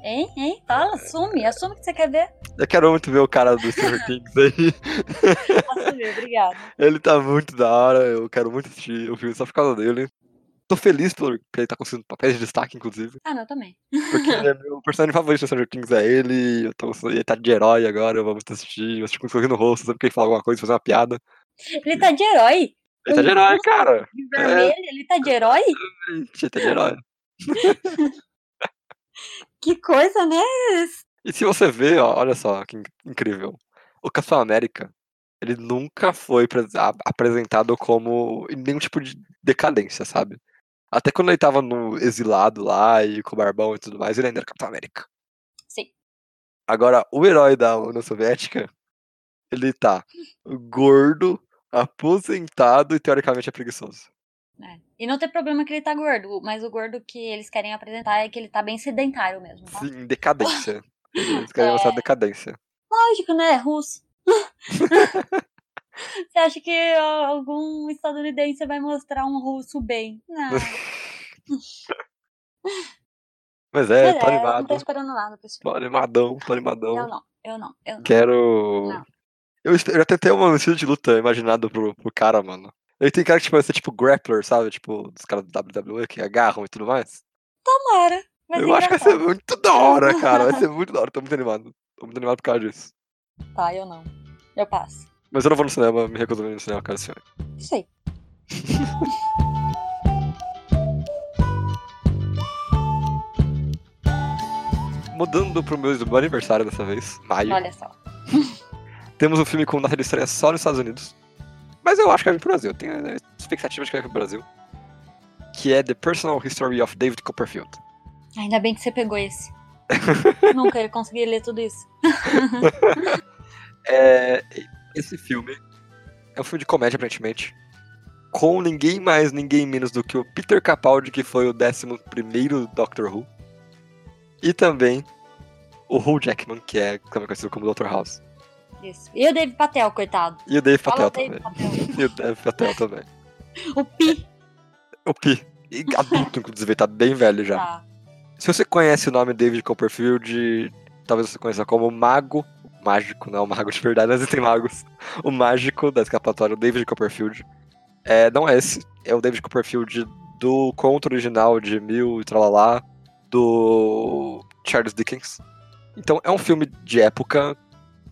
A: Hein? Hein? Fala, assume. Assume que você quer ver.
B: Eu quero muito ver o cara do Stranger Things aí.
A: Assume, obrigada.
B: Ele tá muito da hora, eu quero muito assistir o filme só por causa dele. Tô feliz por que ele tá conseguindo papéis de destaque, inclusive.
A: Ah, não, eu também.
B: Porque ele é meu personagem favorito do Stranger Things, é ele. Eu tô, gostando- ele tá de herói agora, eu vou muito assistir. Eu assisto com um sorriso no rosto, sempre que ele fala alguma coisa, fazer uma piada.
A: Ele tá de herói.
B: Ele tá de herói, cara!
A: De vermelho, ele tá de herói?
B: Gente, ele tá de herói.
A: Que coisa, né?
B: E se você vê, ó, olha só que in- incrível. O Capitão América, ele nunca foi pres- a- apresentado como em nenhum tipo de decadência, sabe? Até quando ele tava no exilado lá e com o barbão e tudo mais, ele ainda era Capitão América.
A: Sim.
B: Agora, o herói da União Soviética, ele tá gordo, aposentado e teoricamente é preguiçoso.
A: É. E não tem problema que ele tá gordo, mas o gordo que eles querem apresentar é que ele tá bem sedentário mesmo, tá?
B: Sim, decadência. Eles querem mostrar
A: É.
B: decadência.
A: Lógico, né? Russo. Você acha que ó, algum estadunidense vai mostrar um russo bem? Não,
B: Mas
A: é, eu
B: é, tô
A: não tô
B: animado.
A: esperando nada pra esse
B: Tô
A: filme.
B: animadão, tô
A: Eu
B: animadão.
A: não, eu não, eu não.
B: Quero.
A: Não.
B: um Eu, espe- eu até tenho uma vestida de luta imaginado pro, pro cara, mano. Ele tem cara que tipo, vai ser tipo grappler, sabe? Tipo, dos caras do WWE que agarram e tudo mais.
A: Tomara. Mas
B: eu acho que vai ser muito da hora, cara. Vai ser muito da hora. Tô muito animado. Tô muito animado por causa disso.
A: Tá, eu não. Eu passo.
B: Mas eu não vou no cinema, me recuso a ir no cinema, cara, senhor.
A: Não sei.
B: Mudando pro meu meu aniversário dessa vez, maio,
A: Olha só.
B: temos um filme com data de estreia só nos Estados Unidos. Mas eu acho que vai vir pro Brasil. Eu Tenho a expectativa de que vai vir pro Brasil. Que é The Personal History of David Copperfield.
A: Ainda bem que você pegou esse. Nunca ia conseguir ler tudo isso.
B: É, esse filme é um filme de comédia, aparentemente. Com ninguém mais, ninguém menos do que o Peter Capaldi, que foi o 11 Doctor Who. E também o Hugh Jackman, que é também conhecido como Dr. House.
A: Isso. E o Dave Patel, coitado.
B: E o Dave
A: Fala
B: Patel
A: o Dave
B: também.
A: Patel.
B: E o Dave Patel também.
A: O Pi.
B: O Pi. E adulto, inclusive, tá bem velho já.
A: Tá.
B: Se você conhece o nome David Copperfield, talvez você conheça como Mago, Mágico, não é o Mago de verdade, mas existem magos. O Mágico da escapatória, o David Copperfield. É, não é esse, é o David Copperfield do conto original de Mil e Tralalá, do Charles Dickens. Então é um filme de época,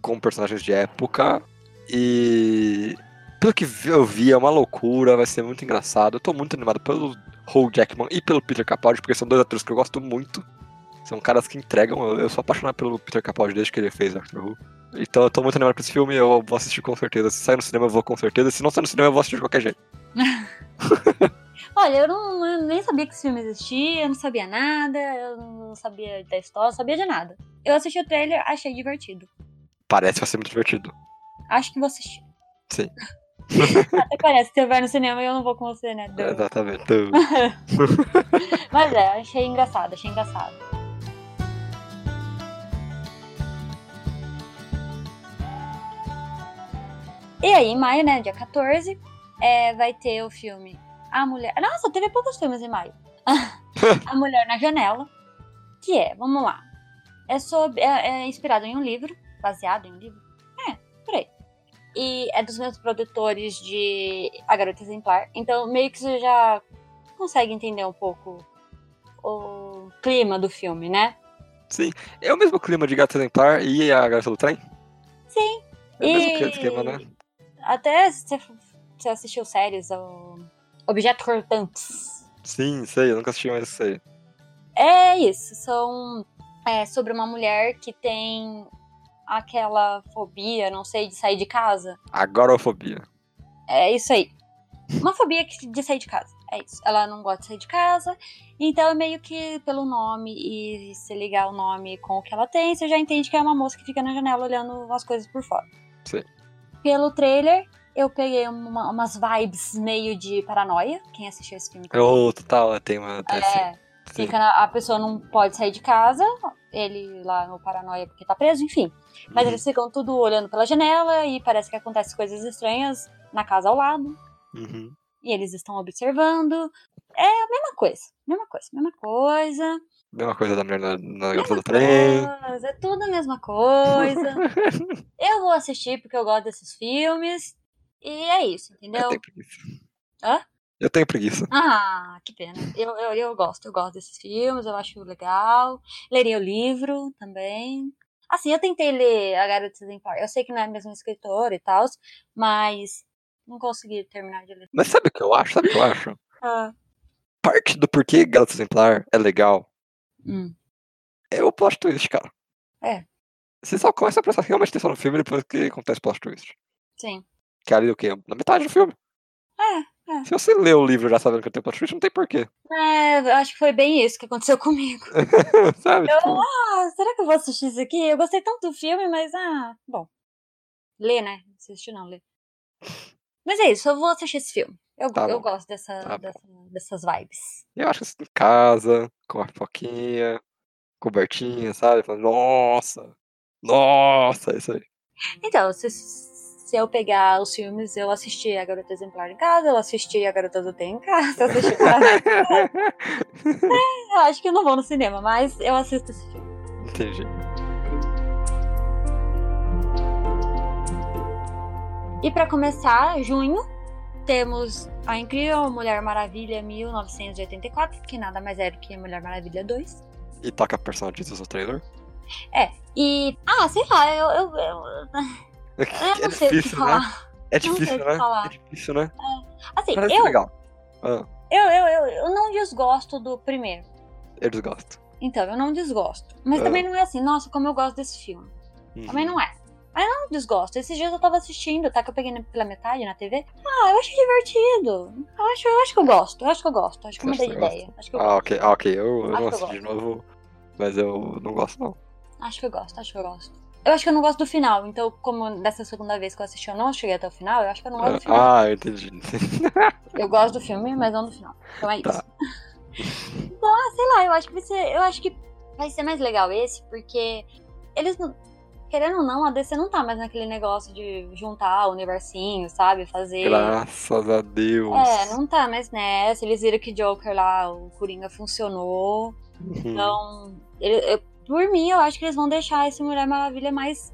B: com personagens de época, e pelo que vi- eu vi, é uma loucura, vai ser muito engraçado. Eu tô muito animado pelo Hugh Jackman e pelo Peter Capaldi, porque são dois atores que eu gosto muito. São caras que entregam. Eu, eu sou apaixonado pelo Peter Capaldi desde que ele fez Doctor Who. Então eu tô muito animado pra esse filme, eu vou assistir com certeza. Se sair no cinema, eu vou com certeza. Se não sair no cinema, eu vou assistir de qualquer jeito.
A: Olha, eu, não, eu nem sabia que esse filme existia, eu não sabia nada, eu não sabia da história, não sabia de nada. Eu assisti o trailer, achei divertido.
B: Parece que vai ser muito divertido.
A: Acho que vou assistir.
B: Sim.
A: Até parece que você vai no cinema e eu não vou com você, né? Deus.
B: Exatamente.
A: Mas é, achei engraçado, achei engraçado. E aí, em maio, né, dia 14, é, vai ter o filme A Mulher... Nossa, teve poucos filmes em maio. A Mulher na Janela, que é, vamos lá, é, sobre, é, é inspirado em um livro, baseado em um livro, é, por aí. E é dos mesmos produtores de A Garota Exemplar, então meio que você já consegue entender um pouco o clima do filme, né?
B: É o mesmo clima de Gato Exemplar e a Garota do Trem?
A: Sim.
B: É o mesmo
A: E-
B: esquema, né?
A: Até se você assistiu séries, o Objeto Cortantes.
B: Sim, sei, eu nunca assisti mais isso aí.
A: É isso, são é, sobre uma mulher que tem aquela fobia, não sei, de sair de casa.
B: Agorofobia.
A: É isso aí. Uma fobia que- de sair de casa. É isso. Ela não gosta de sair de casa. Então é meio que pelo nome e se ligar o nome com o que ela tem, você já entende que é uma moça que fica na janela olhando as coisas por fora.
B: Sim.
A: Pelo trailer, eu peguei uma- umas vibes meio de paranoia. Quem assistiu esse filme?
B: Ô, total, tem uma. Tem,
A: É,
B: sim, sim.
A: fica na- a pessoa não pode sair de casa, ele lá no paranoia porque tá preso, enfim.
B: Uhum.
A: Mas eles ficam tudo olhando pela janela e parece que acontecem coisas estranhas na casa ao lado
B: Uhum.
A: e eles estão observando. É a mesma coisa, mesma coisa, mesma coisa.
B: Mesma coisa da mulher na, na Garota do Trem.
A: mesma coisa, É tudo a mesma coisa. eu vou assistir porque eu gosto desses filmes. E é isso,
B: Eu
A: entendeu?
B: tenho preguiça.
A: Hã?
B: Eu tenho preguiça.
A: Ah, que pena. Eu, eu, eu gosto, eu gosto desses filmes, eu acho legal. Leria o livro também. Assim, eu tentei ler A Garota Exemplar. Eu sei que não é a mesma escritora e tal, mas não consegui terminar de ler.
B: Mas sabe o que eu acho? Sabe o que eu acho?
A: Ah.
B: Parte do porquê Garota Exemplar é legal
A: Hum.
B: é o plot twist, cara.
A: É.
B: Você só começa a prestar realmente atenção no filme depois que acontece o plot twist.
A: Sim.
B: Que é ali o quê? Na metade do filme.
A: É, é.
B: Se você lê o livro já sabendo que tem plot twist, não tem porquê.
A: É, eu acho que foi bem isso que aconteceu comigo.
B: sabe?
A: Eu-
B: Tipo,
A: Ah, será que eu vou assistir isso aqui? Eu gostei tanto do filme, mas ah, bom. Lê, né? Assistir não, lê. Mas é isso, eu vou assistir esse filme. Eu,
B: Tá
A: eu
B: bom.
A: gosto dessa,
B: Tá bom.
A: dessa- dessas vibes.
B: eu acho que assim, em casa, com a foquinha, cobertinha, sabe? Falando, nossa! Nossa! Isso aí.
A: Então, se, se eu pegar os filmes, eu assisti A Garota Exemplar em casa, eu assisti A Garota do Tem em casa, eu assisti É, Eu acho que eu não vou no cinema, mas eu assisto esse filme.
B: Entendi.
A: E pra começar, junho, Temos a incrível Mulher Maravilha 1984, que nada mais é do que Mulher Maravilha 2.
B: E taca a personagem do seu trailer.
A: É, e. Ah, sei lá, eu. eu, eu- eu
B: é
A: não sei o que
B: difícil, né?
A: falar.
B: É
A: sei o que
B: difícil, né?
A: falar.
B: É difícil, né?
A: Assim,
B: Mas
A: eu,
B: legal. Ah,
A: eu, eu, eu, eu não desgosto do primeiro.
B: eles gostam.
A: Então, eu não desgosto. Mas
B: Ah.
A: também não é assim, nossa, como eu gosto desse filme.
B: Uhum.
A: Também não é. Mas eu não desgosto. Esses dias eu tava assistindo, tá? Que eu peguei na- pela metade na TV. Ah, eu achei divertido. Eu acho, eu acho que eu gosto. Eu acho que eu gosto. Acho que eu
B: Você
A: mudei de
B: acha que
A: ideia. Acho que eu,
B: Ah, ok, ah, ok. Eu, eu
A: Acho que
B: não
A: eu
B: assisti de novo, mas eu não gosto, não.
A: acho que eu gosto. Acho que eu gosto. Eu acho que eu não gosto do final. Então, como dessa segunda vez que eu assisti eu não cheguei até o final, eu acho que eu não gosto do final.
B: Ah, eu entendi.
A: Eu gosto do filme, mas não do final. Então é isso.
B: Tá.
A: Então, ah, sei lá, eu acho que vai ser. Eu acho que vai ser mais legal esse, porque eles não. Querendo ou não, a DC não tá mais naquele negócio de juntar o universinho, sabe? Fazer.
B: Graças a Deus.
A: É, não tá mais nessa. Eles viram que Joker lá, o Coringa funcionou.
B: Uhum.
A: Então, ele- eu- por mim, eu acho que eles vão deixar esse Mulher Maravilha mais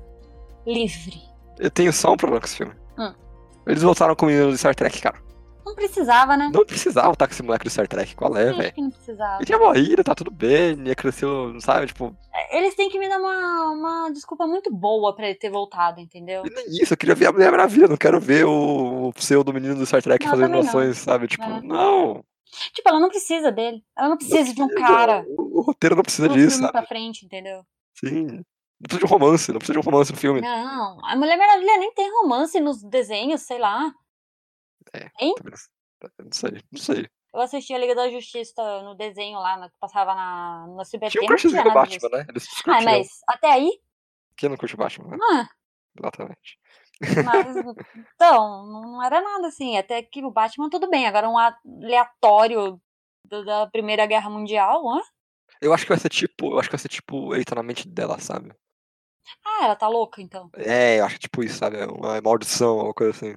A: livre.
B: Eu tenho só um problema com esse filme.
A: Hum.
B: Eles voltaram com o menino do Star Trek, cara.
A: Não precisava, né?
B: Não precisava estar com esse moleque do Star Trek. Qual é,
A: Eu acho
B: velho?
A: que não precisava.
B: Ele tinha morrido, tá tudo bem, ele cresceu, sabe? Tipo,
A: Eles têm que me dar uma, uma desculpa muito boa pra ele ter voltado, entendeu?
B: e nem isso, eu queria ver a Mulher Maravilha, não quero ver o, o pseudo menino do Star Trek
A: Não,
B: fazendo
A: também não.
B: noções, sabe? Tipo,
A: É.
B: não.
A: Tipo, ela não precisa dele. Ela não precisa de um
B: precisa,
A: cara
B: O, o roteiro não precisa
A: do
B: disso,
A: filme
B: sabe?
A: pra frente, entendeu?
B: Sim. Não precisa de um romance, não precisa de um romance no filme.
A: Não, a Mulher Maravilha nem tem romance nos desenhos, sei lá.
B: Também Não não sei, não sei.
A: Eu assisti a Liga da Justiça no desenho lá, na- que passava na, no CBT.
B: Tinha um
A: não tinha
B: crushzinho do
A: nada disso.
B: Batman, né? Eles
A: Ah,
B: curtiam.
A: mas até aí?
B: Quem não curte o Batman, né?
A: Ah,
B: Exatamente.
A: mas, então, não era nada assim. Até que o Batman, tudo bem. Agora um aleatório do- da Primeira Guerra Mundial, hã?
B: Eu acho que vai ser tipo. Eu acho que vai ser tipo. Ele tá na mente dela, sabe?
A: Ah, ela tá louca, então.
B: É, eu acho que tipo isso, sabe? É Uma maldição, alguma coisa assim.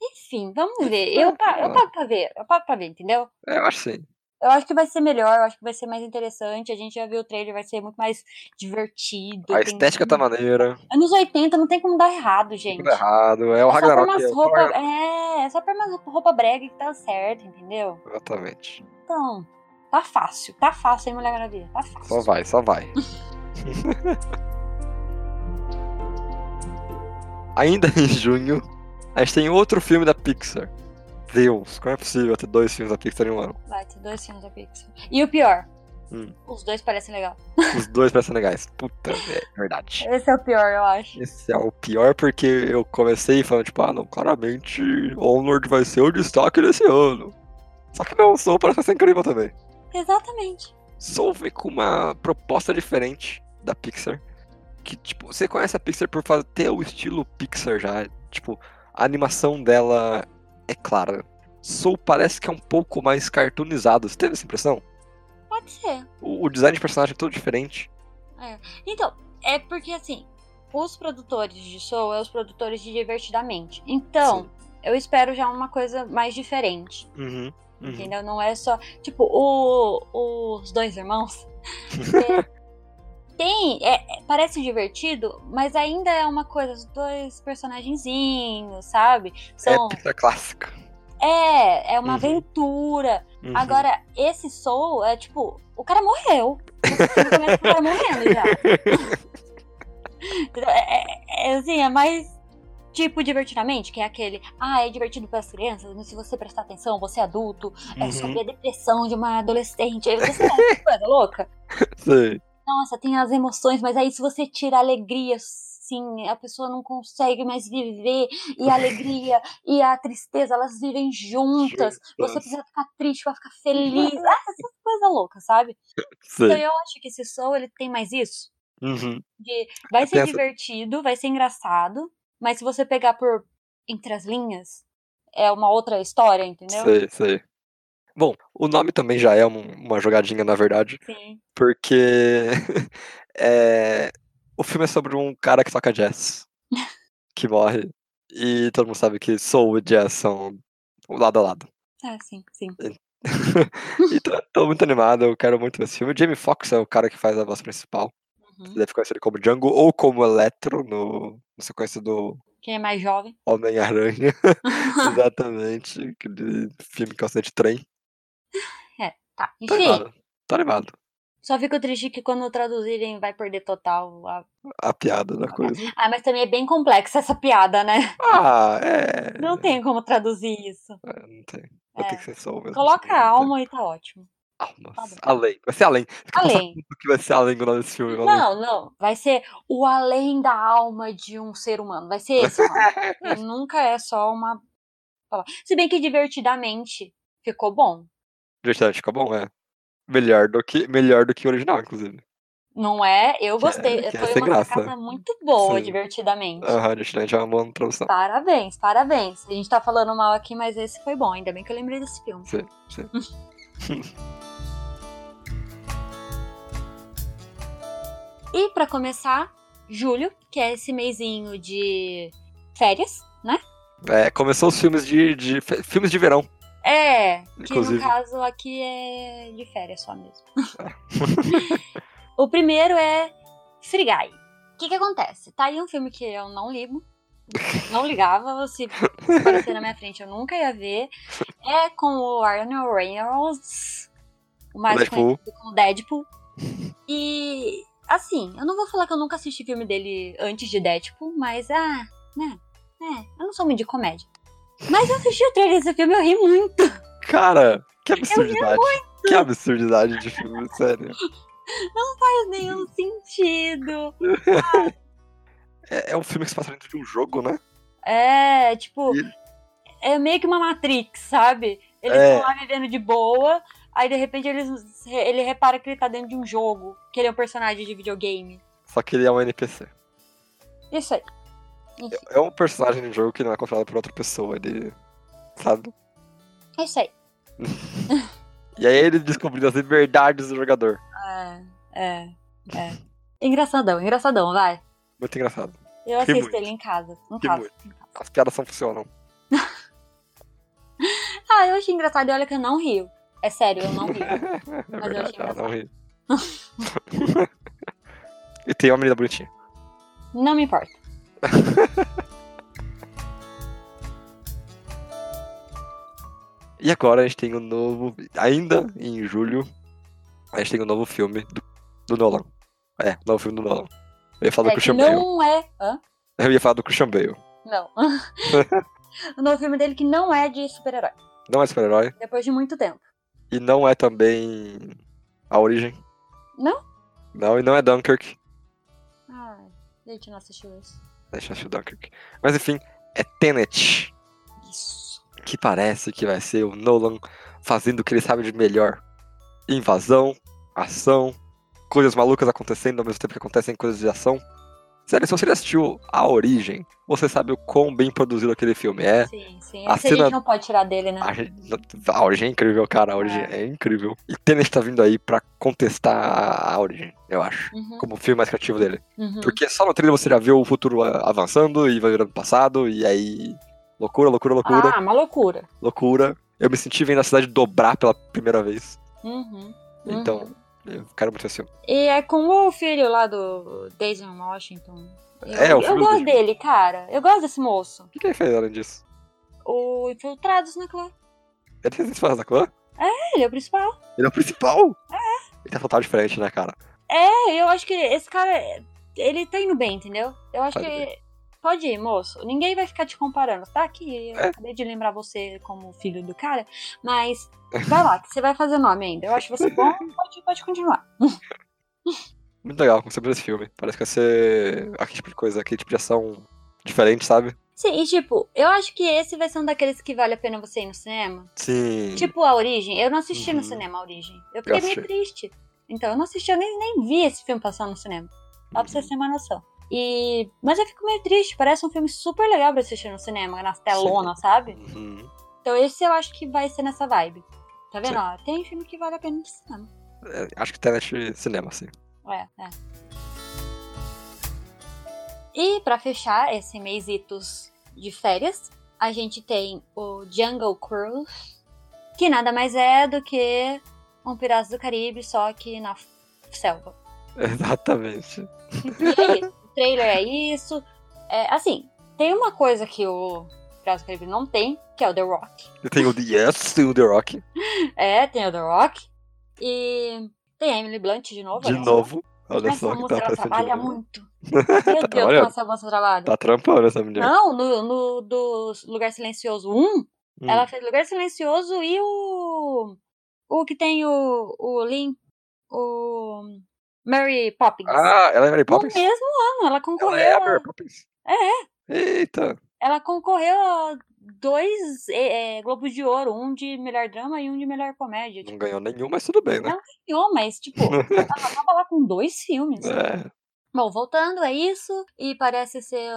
A: Enfim, vamos ver. Eu, pa- eu pago pra ver. Eu pago pra ver, entendeu?
B: É, eu acho sim.
A: Eu acho que vai ser melhor, eu acho que vai ser mais interessante. A gente já viu o trailer, vai ser muito mais divertido.
B: A
A: tem-
B: estética tá maneira.
A: Anos 80 não tem como dar errado, gente.
B: Tudo errado. É o
A: é só por
B: Ragnarok.
A: umas
B: é o
A: roupas.
B: Ragnarok.
A: É, é só por umas roupa brega que tá certo, entendeu?
B: Exatamente.
A: Então, tá fácil, tá fácil, hein, Mulher Maravilha? Tá fácil.
B: Só vai, só vai. Ainda em junho, a gente tem outro filme da Pixar. Deus, como é possível ter dois filmes da Pixar em um ano?
A: Vai ter dois filmes da Pixar. E o pior.
B: Hum.
A: Os dois parecem legal.
B: Os dois parecem legais. Puta, é verdade.
A: Esse é o pior, eu acho.
B: Esse é o pior porque eu comecei falando, tipo, ah, não, claramente Onward vai ser o destaque desse ano. Só que não, Soul parece ser incrível também.
A: Exatamente.
B: Soul veio com uma proposta diferente da Pixar. Que, tipo, você conhece a Pixar por fa- ter o estilo Pixar já. Tipo, a animação dela é clara. Soul parece que é um pouco mais cartoonizado. Você teve essa impressão?
A: Pode ser.
B: O, o design de personagem é todo diferente.
A: Então, é porque assim, os produtores de Soul é os produtores de Divertidamente. Então, eu espero já uma coisa mais diferente.
B: Uhum. uhum.
A: Entendeu? Não é só. Tipo, o- os dois irmãos. é, tem. é- é- parece divertido, mas ainda é uma coisa, os dois personagenzinhos, sabe? São.
B: É Pixar clássica.
A: É, é uma
B: Uhum.
A: aventura.
B: Uhum.
A: Agora, esse Soul é tipo, o cara morreu. Ele começa com o cara morrendo já. Entendeu? É, é- é, assim, é mais tipo divertidamente, que é aquele, ah, é divertido para as crianças, mas se você prestar atenção, você é adulto,
B: uhum.
A: é sobre a depressão de uma adolescente, aí você sabe, que coisa louca.
B: Sei.
A: Nossa, tem as emoções, mas aí se você tira a alegria, sim, a pessoa não consegue mais viver, e a alegria e a tristeza, elas vivem juntas. Você precisa ficar triste pra ficar feliz. Ah, essas coisas loucas, sabe? Então
B: Sei.
A: eu acho que esse Soul, ele tem mais isso.
B: Uhum.
A: De vai ser
B: Pensa-
A: divertido, vai ser engraçado, mas se você pegar por entre as linhas, é uma outra história, entendeu?
B: Sei, sei. Bom, o nome também já é um- uma jogadinha, na verdade,
A: Sim.
B: porque é, o filme é sobre um cara que toca jazz, que morre, e todo mundo sabe que soul e jazz são um lado a lado.
A: Ah, sim, sim.
B: então, tô muito animado, eu quero muito ver esse filme. O Jamie Foxx é o cara que faz a voz principal.
A: Uhum.
B: Você deve conhecer ele como Django ou como Electro no, na sequência do
A: Quem é mais jovem.
B: Homem-Aranha. Exatamente. Aquele filme que eu de trem.
A: Tá.
B: Tá
A: Enfim,
B: animado. Tá animado.
A: só fico triste que quando traduzirem vai perder total. A...
B: A piada da coisa.
A: Ah, mas também é bem complexa essa piada, né?
B: Ah, é.
A: Não tem como traduzir isso.
B: É, Não tem. Vai
A: É.
B: ter que ser só o mesmo.
A: Coloca
B: Não
A: a
B: tem.
A: alma e tá ótimo.
B: Almas.
A: Tá bom.
B: Ah, Além. Vai ser além.
A: Além.
B: O que vai ser além do nome desse filme? maluco?
A: Não, não. Vai ser o além da alma de um ser humano. Vai ser esse. o nome. Nunca é só uma. palavra. Se bem que divertidamente ficou bom.
B: Gente, ficou bom, é. Melhor do que, melhor do que o original, inclusive.
A: Não é? Eu gostei.
B: que é
A: Foi
B: sem
A: uma
B: graça.
A: sacada muito boa,
B: Sim.
A: divertidamente.
B: Aham, Just Dance é uma boa tradução.
A: Parabéns, parabéns. A gente tá falando mal aqui, mas esse foi bom. Ainda bem que eu lembrei desse filme.
B: Sim, sim.
A: E pra começar, julho, que é esse mêsinho de férias, né?
B: É, começou os filmes de, de- fe- filmes de verão.
A: É, que
B: Inclusive.
A: no caso aqui é de férias só mesmo. o primeiro é Free Guy. O que que acontece? Tá aí um filme que eu não ligo. Não ligava, se aparecer na minha frente eu nunca ia ver. É com o Arnold Reynolds, o mais
B: Deadpool.
A: conhecido como Deadpool. E, assim, eu não vou falar que eu nunca assisti filme dele antes de Deadpool, mas, ah, né, né, eu não sou muito de comédia. Mas eu assisti o trailer desse filme e eu ri muito.
B: Cara, que absurdidade. Que absurdidade de filme, sério.
A: faz nenhum
B: Uhum.
A: sentido.
B: É, é um filme que se passa dentro de um jogo, né?
A: É, tipo,
B: E-
A: é meio que uma Matrix, sabe? Eles
B: É.
A: estão lá vivendo de boa, aí de repente eles, ele repara que ele tá dentro de um jogo, que ele é um personagem de videogame.
B: Só que ele é um NPC.
A: Isso aí.
B: É um personagem de um jogo que não é controlado por outra pessoa, ele. Sabe?
A: É isso aí.
B: E aí ele descobrindo as liberdades do jogador.
A: É, é, é. Engraçadão, engraçadão, vai.
B: Muito engraçado.
A: Eu
B: Ri
A: assisto
B: muito.
A: ele em casa. Em
B: Ri
A: casa.
B: muito. As piadas não funcionam.
A: Ah, eu achei engraçado e olha que eu não rio. É sério, eu não rio.
B: É
A: Mas eu achei
B: verdade, ela
A: engraçado.
B: não ri. e tem uma menina bonitinha.
A: Não me importa.
B: E agora a gente tem um novo. Ainda em julho, a gente tem um novo filme do, do Nolan. É, novo filme do Nolan. Eu ia falar do
A: É que
B: Christian Bale.
A: não é. Hã?
B: Eu ia falar do Christian Bale.
A: Não. o novo filme dele que não é de super-herói.
B: Não é super-herói.
A: Depois de muito tempo.
B: E não é também. A Origem.
A: Não?
B: Não, e não é Dunkirk.
A: Ai, gente, não assistiu isso.
B: Deixa eu achar o Dunkirk. Mas enfim, é Tenet.
A: Isso.
B: que parece que vai ser o Nolan fazendo o que ele sabe de melhor: invasão, ação, coisas malucas acontecendo ao mesmo tempo que acontecem coisas de ação. Sério, se você assistiu A Origem, você sabe o quão bem produzido aquele filme é.
A: Sim, sim.
B: A
A: Esse a
B: cena-
A: gente não pode tirar dele, né?
B: A, gente- a Origem é incrível, cara. A Origem é, incrível. E Tenet tá vindo aí pra contestar a, a Origem, eu acho.
A: Uhum,
B: Como o filme mais criativo dele.
A: uhum.
B: Porque só no trailer você já vê o futuro ah, avançando e vai virando passado, e aí. Loucura, loucura, loucura.
A: Ah, uma loucura.
B: loucura. Eu me senti vendo a cidade dobrar pela primeira vez.
A: Uhum.
B: Então, eu quero muito assim.
A: E é com o filho lá do Daisy Washington. Eu,
B: É,
A: eu
B: o filho
A: gosto
B: do-
A: dele, cara. Eu gosto desse moço.
B: O que que ele fez além disso?
A: O Infiltrados na Clã.
B: Ele fez isso da clã?
A: Ele é o principal.
B: Ele é o principal? Ele tá total diferente, né, cara?
A: É, eu acho que esse cara, ele tá indo bem, entendeu? Eu acho
B: Pode
A: que. Pode ir, moço. Ninguém vai ficar te comparando. Tá aqui, eu
B: É.
A: acabei de lembrar você como filho do cara, mas vai lá, que você vai fazer nome ainda. Eu acho você bom, pode, pode continuar.
B: Muito legal, como sempre esse filme. Parece que vai ser aquele tipo de coisa, aquele tipo de ação diferente, sabe?
A: Sim, e tipo, eu acho que esse vai ser um daqueles que vale a pena você ir no cinema.
B: Sim.
A: Tipo, a Origem. Eu não assisti
B: Uhum.
A: no cinema a Origem. Eu fiquei meio
B: assisti.
A: triste. Então, eu não assisti, eu nem, nem vi esse filme passar no cinema. Só pra vocês
B: Uhum.
A: terem uma noção. E... Mas eu fico meio triste, parece um filme super legal pra assistir no cinema, nas telonas, sabe?
B: Uhum.
A: Então esse eu acho que vai ser nessa vibe. Tá vendo?
B: Sim.
A: Ó, tem filme que vale a pena ir no cinema.
B: É, acho que internet cinema, assim.
A: É, é. E pra fechar esse mêsitos de férias, a gente tem o Jungle Cruise, que nada mais é do que um Piratas do Caribe, só que na f- selva.
B: Exatamente.
A: E é isso. O trailer é isso. É, assim, tem uma coisa que o Piratas do Caribe não tem, que é o The Rock.
B: E tem o The Yes, o The Rock,
A: É, tem o The Rock. E tem a Emily Blunt de novo.
B: de
A: né?
B: novo. Olha
A: Essa
B: só que
A: moça,
B: tá
A: ela
B: aparecendo. de
A: trabalha
B: novo.
A: muito. Meu Deus,
B: Olha.
A: como essa moça trabalha.
B: Tá trampando essa mulher.
A: Não, no, no do Lugar Silencioso 1,
B: Hum.
A: ela fez Lugar Silencioso e o. O que tem o. O Lin. O. Mary Poppins.
B: Ah, ela é Mary
A: no
B: Poppins?
A: mesmo ano, ela
B: Ela
A: concorreu.
B: é a
A: a-
B: Mary Poppins.
A: É.
B: Eita.
A: ela concorreu a dois eh, eh, Globos de Ouro, um de melhor drama e um de melhor comédia. Tipo,
B: Não ganhou nenhum, mas tudo bem, né?
A: ganhou, mas, tipo, ela tava lá com dois filmes.
B: É.
A: Bom, voltando, é isso. E parece ser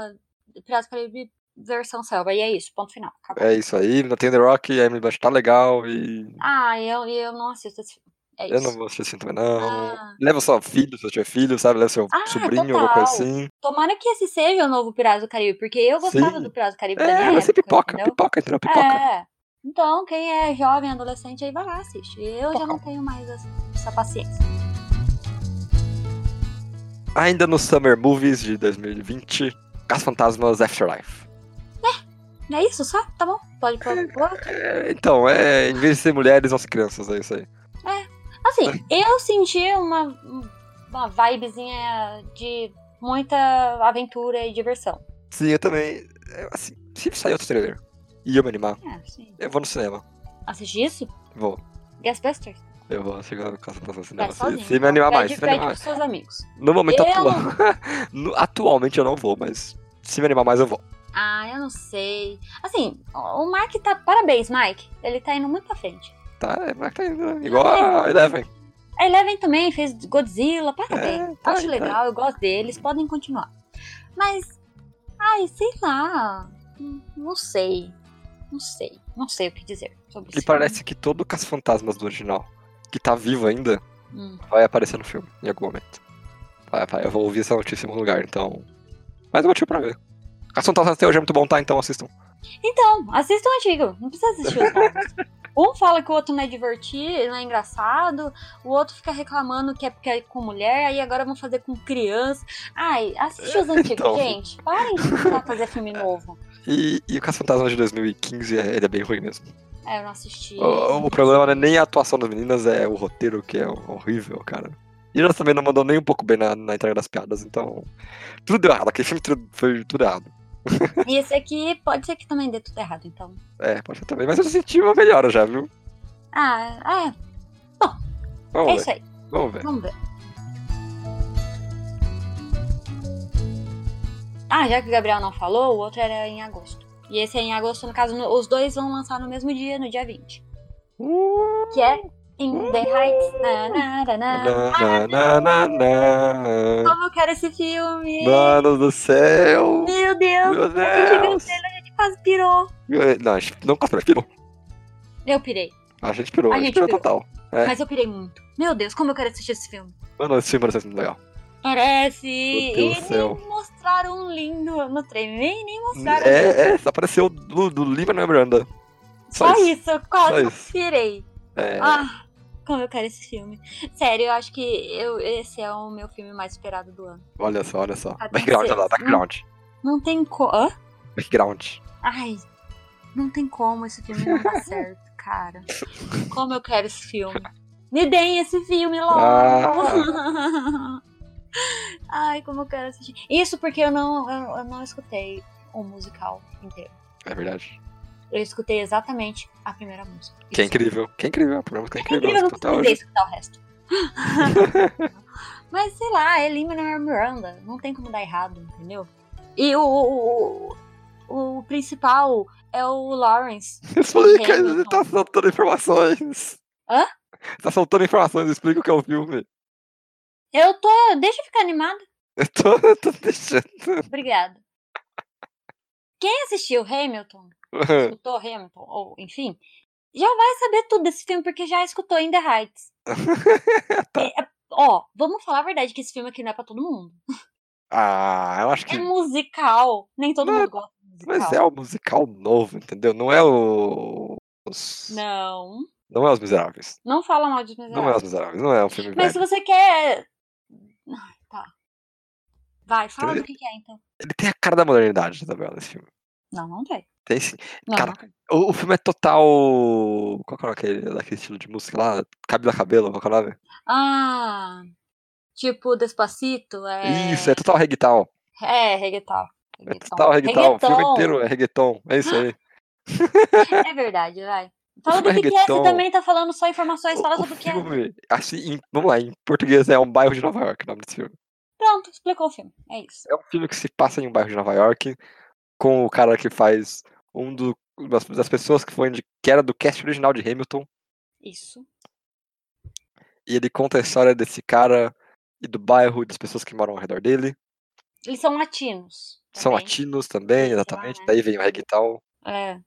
A: Piratas do Caribe versão selva. E é isso, ponto final. Acabou.
B: É isso aí. Ainda tem The Rock, a Emily Blunt tá legal e...
A: Ah, eu, eu não assisto esse filme. É
B: Eu não
A: isso.
B: vou assistir assim também, não.
A: Ah,
B: Leva só filho, se eu tiver filho, sabe? Leva seu
A: Ah,
B: sobrinho, alguma coisa
A: total.
B: assim.
A: tomara que esse seja o novo Piratas do Caribe, porque eu gostava
B: Sim.
A: do Piratas do Caribe da minha
B: É, vai ser
A: época,
B: pipoca,
A: entendeu?
B: pipoca, entendeu? Pipoca.
A: É. Então, quem é jovem, adolescente, aí vai lá, assiste. Eu já não tenho mais essa- essa paciência.
B: Ainda no Summer Movies de 2020, As Fantasmas Afterlife.
A: Não É isso só? Tá bom? Pode pôr pro outro.
B: É, então, é, em vez de ser mulheres, vão ser crianças, é isso aí.
A: Assim, eu senti uma, uma vibezinha de muita aventura e diversão.
B: Sim, eu também. é, assim, se sair outro trailer e eu me animar,
A: É, sim.
B: eu vou no cinema.
A: Assistir isso?
B: Vou.
A: Gasbusters?
B: Eu vou chegar com as fantasmas no
A: Vai
B: cinema.
A: sozinho.
B: Se, se me
A: pede,
B: animar Tá mais, se me
A: pede
B: animar mais.
A: pros seus amigos.
B: No momento
A: Eu
B: atual. no- atualmente eu não vou, mas se me animar mais eu vou.
A: Ah, eu não sei. Assim, o o Mike tá... Parabéns, Mike. Ele tá indo muito pra frente.
B: Tá, é, mas tá indo, né? Igual a Eleven.
A: A Eleven também fez Godzilla. Parabéns.
B: É, tá,
A: Acho
B: tá.
A: legal, eu gosto deles. Podem continuar. Mas... Ai, sei lá. Hum, Não sei. Não sei. Não sei o que dizer sobre
B: E
A: isso.
B: parece que todo Caso Fantasmas do original, que tá vivo ainda,
A: Hum.
B: vai aparecer no filme em algum momento. Vai, vai, eu vou ouvir essa notícia em algum lugar, então. Mas eu motivo pra ver. Caso Fantasmas até hoje é muito bom, tá? Então assistam.
A: Então, assista o antigo. Não precisa assistir os novos. Um fala que o outro não é divertido, não é engraçado. O outro fica reclamando que é porque é com mulher. Aí agora vão fazer com criança. Ai, assiste os antigos,
B: Então.
A: gente. Parem de tentar fazer filme novo.
B: E, e o Caso Fantasmas de 2015, é- ele é bem ruim mesmo.
A: É, eu não assisti.
B: O, o problema não é nem a atuação das meninas, é o roteiro que é horrível, cara. E elas também não mandou nem um pouco bem na, na entrega das piadas, então. Tudo deu errado, aquele filme tudo- foi tudo errado. oh.
A: E esse aqui pode ser que também dê tudo errado, então.
B: É, pode ser também, mas eu senti uma melhora já, viu?
A: Ah, é, é
B: Vamos ver,
A: isso aí.
B: vamos ver.
A: Vamos ver. Ah, já que o Gabriel não falou, o outro era em agosto. E esse é em agosto, no caso, no- os dois vão lançar no mesmo dia, no dia 20.
B: Uh,
A: que é In the Heights. Na, na, na, na.
B: na, na, na, na.
A: Como eu quero esse filme!
B: Mano do céu!
A: Meu Deus!
B: Meu
A: A gente viu o
B: Deus!
A: trailer, a gente quase pirou.
B: Não, a gente não costurou, pirou.
A: Eu pirei,
B: A gente pirou, a gente pirou total. É.
A: mas eu pirei muito. Meu Deus, como eu quero assistir esse filme.
B: Mano, esse filme parece muito legal.
A: Parece!
B: Meu
A: E
B: Deus do céu.
A: nem mostraram um lindo no trailer, nem, nem mostraram.
B: É, é, só apareceu do, do Lima na Miranda.
A: só isso, eu quase
B: Só É isso.
A: pirei.
B: É,
A: Ah, como eu quero esse filme. Sério, eu acho que eu, esse é o meu filme mais esperado do ano.
B: olha só, olha só.
A: Tá né?
B: Background, olha lá,
A: acontecendo.
B: background.
A: Não tem como.
B: Background.
A: Ai, não tem como esse filme não dar certo, cara. Como eu quero esse filme. Me deem esse filme logo!
B: Ah,
A: Ai, como eu quero assistir. Isso porque eu não, eu, eu não escutei o musical inteiro.
B: É verdade.
A: Eu escutei exatamente a primeira música.
B: Que é
A: Isso.
B: incrível. Que é incrível. O programa que é
A: É
B: incrível.
A: incrível, eu não
B: até
A: precisei escutar o resto. Mas sei lá, é Lima Miranda. Não tem como dar errado, entendeu? E o, o, o, o principal é o Lawrence.
B: Explica,
A: Hamilton.
B: ele tá soltando informações.
A: Hã?
B: Tá soltando informações, explica o que é o filme.
A: Eu tô. Deixa eu ficar animada.
B: Eu tô, eu tô deixando.
A: Obrigada. Quem assistiu Hamilton,
B: Ah.
A: escutou Hamilton, ou enfim, já vai saber tudo desse filme, porque já escutou In The Heights.
B: Tá.
A: É, é- ó, vamos falar a verdade que esse filme aqui não é pra todo mundo.
B: Ah, eu acho que.
A: É musical. Nem todo
B: Não,
A: mundo gosta de musical.
B: Mas é o musical novo, entendeu? Não é o. Os...
A: Não.
B: Não é Os Miseráveis.
A: Não fala mal de
B: um Não
A: miserável.
B: é Os Miseráveis, não é um filme
A: um Mas se
B: velho.
A: você quer Tá. Vai, fala
B: Três.
A: do que, que é então.
B: Ele tem a cara da modernidade, Isabela, esse filme.
A: Não, não tem.
B: Tem sim.
A: Não,
B: Cara,
A: não tem.
B: O, o filme é total. Qual que é o nome daquele, daquele estilo de música lá? Cabelo a cabelo, qual que é o nome?
A: Ah, tipo Despacito, é...
B: Isso, é total reggaeton.
A: É, reggaeton.
B: É total reggaeton. O filme
A: Reggaeton.
B: inteiro é reggaeton. É isso aí.
A: É verdade, vai. Fala do
B: filme é
A: que, que é, você
B: reggaeton.
A: também tá falando só informações, fala
B: o
A: sobre o que é.
B: filme, assim, em- vamos lá, em português é um bairro de Nova York, o nome desse filme.
A: Pronto, explicou o filme. É isso.
B: É um filme que se passa em um bairro de Nova York com o cara que faz um do, das, das pessoas que foi de, que era do cast original de Hamilton
A: Isso.
B: e ele conta a história desse cara e do bairro e das pessoas que moram ao redor dele.
A: Eles são latinos.
B: São
A: também.
B: latinos também,
A: Sei lá,
B: exatamente.
A: né?
B: Daí vem o reggaeton.
A: É.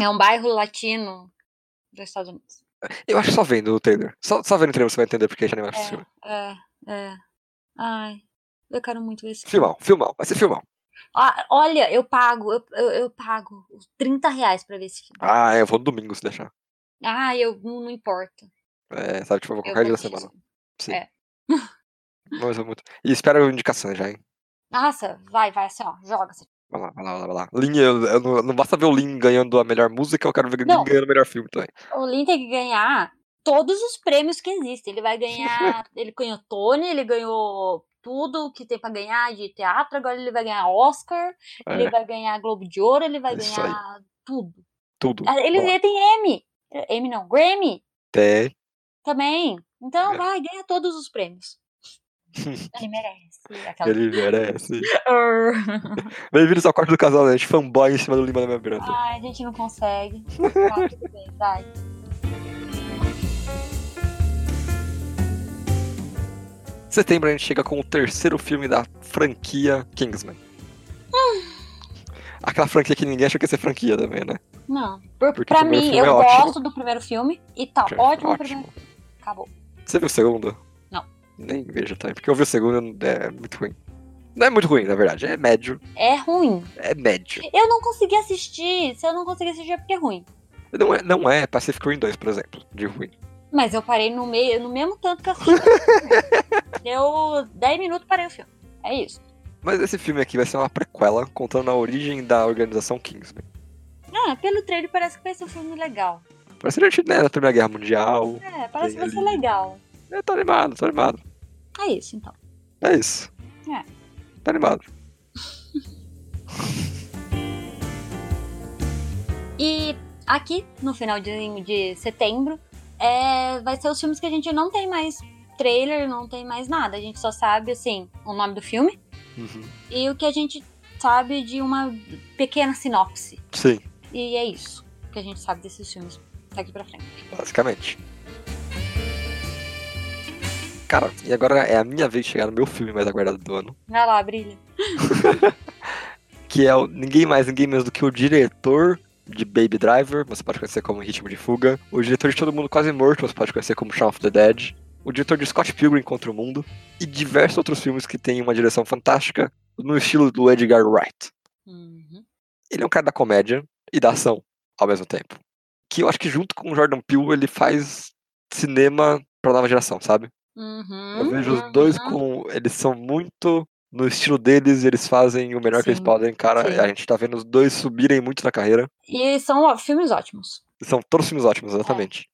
A: É um bairro latino dos Estados Unidos.
B: Eu acho que só vendo o trailer. Só, só vendo o trailer você vai entender porque a gente anima esse
A: É.
B: filme.
A: É, é. Ai, eu quero muito esse filme.
B: Filmão, filmão, vai ser filmão.
A: Ah, olha, eu pago, eu, eu, eu pago os 30 reais pra ver esse filme.
B: Ah, eu vou no domingo se deixar.
A: Ah, eu não, não importa.
B: É, sabe, tipo, eu vou
A: Eu
B: qualquer dia
A: vou
B: da
A: ver esse
B: semana.
A: filme.
B: Sim.
A: É.
B: Mas eu muito. E espero indicações já, hein?
A: Nossa, vai, vai, assim, ó, joga. assim.
B: Vai lá, vai lá, vai lá. Vai lá. Lin, eu- eu não, não basta ver o Lin ganhando a melhor música, eu quero ver o
A: Não.
B: Lin ganhando o melhor filme também.
A: O Lin tem que ganhar todos os prêmios que existem. Ele vai ganhar. ele ganhou Tony, ele ganhou tudo que tem pra ganhar de teatro, agora ele vai ganhar Oscar, ele
B: É,
A: vai ganhar Globo de Ouro, ele vai
B: Isso aí.
A: ganhar tudo.
B: tudo.
A: Ah, Ele,
B: Vamos lá.
A: ele tem M. M não, Grammy
B: Tem.
A: também. Então
B: É.
A: vai, ganha todos os prêmios. ele merece. Aquela...
B: Ele merece.
A: Arr.
B: Bem-vindos ao corte do casal, né? Fanboy em cima do Lima da minha branca.
A: Ai, Ah, a gente não consegue. Tá, tudo bem, vai.
B: Setembro a gente chega com o terceiro filme da franquia Kingsman.
A: Hum.
B: Aquela franquia que ninguém achou que ia ser franquia também, né?
A: Não. Por,
B: Porque o
A: pra
B: primeiro
A: mim, eu
B: filme é ótimo.
A: gosto do primeiro filme. E tá
B: Que é
A: ótimo o primeiro. Acabou.
B: Você viu o segundo?
A: Não.
B: Nem vejo, tá? Porque eu vi o segundo, é muito ruim. Não é muito ruim, na verdade. É médio.
A: É ruim.
B: É médio.
A: Eu não consegui assistir. Se eu não consegui assistir é porque é ruim.
B: Não é, não é Pacific Rim 2, por exemplo, de ruim.
A: Mas eu parei no meio, no mesmo tanto que eu assisti. Deu 10 minutos, parei o filme. É isso.
B: Mas esse filme aqui vai ser uma prequela contando a origem da organização Kingsman.
A: Ah, pelo trailer parece que vai ser um filme legal.
B: Parece divertido, né? Da Primeira Guerra Mundial.
A: É, parece que vai ser
B: Tem ali.
A: legal.
B: Eu tô animado, tô animado.
A: É isso, então.
B: É isso.
A: É.
B: Tá animado.
A: E aqui, no finalzinho de setembro, é, vai ser os filmes que a gente não tem mais trailer, não tem mais nada. A gente só sabe, assim, o nome do filme
B: Uhum.
A: e o que a gente sabe de uma pequena sinopse.
B: Sim,
A: E é isso que a gente sabe desses filmes daqui pra frente.
B: basicamente. Cara, e agora é a minha vez de chegar no meu filme mais aguardado do ano.
A: Vai lá, brilha.
B: que é o- ninguém mais, ninguém menos do que o diretor de Baby Driver, você pode conhecer como Ritmo de Fuga, o diretor de Todo Mundo Quase Morto, você pode conhecer como Shaun of the Dead, o diretor de Scott Pilgrim contra o Mundo, e diversos outros filmes que têm uma direção fantástica no estilo do Edgar Wright.
A: Uhum.
B: Ele é um cara da comédia e da ação ao mesmo tempo. Que eu acho que junto com o Jordan Peele ele faz cinema pra nova geração, sabe?
A: Uhum.
B: Eu vejo os dois
A: uhum.
B: com. Eles são muito no estilo deles, eles fazem o melhor que eles
A: Sim,
B: podem, cara.
A: sim.
B: A gente tá vendo os dois subirem muito na carreira.
A: E são ó, filmes ótimos.
B: São todos filmes ótimos, exatamente.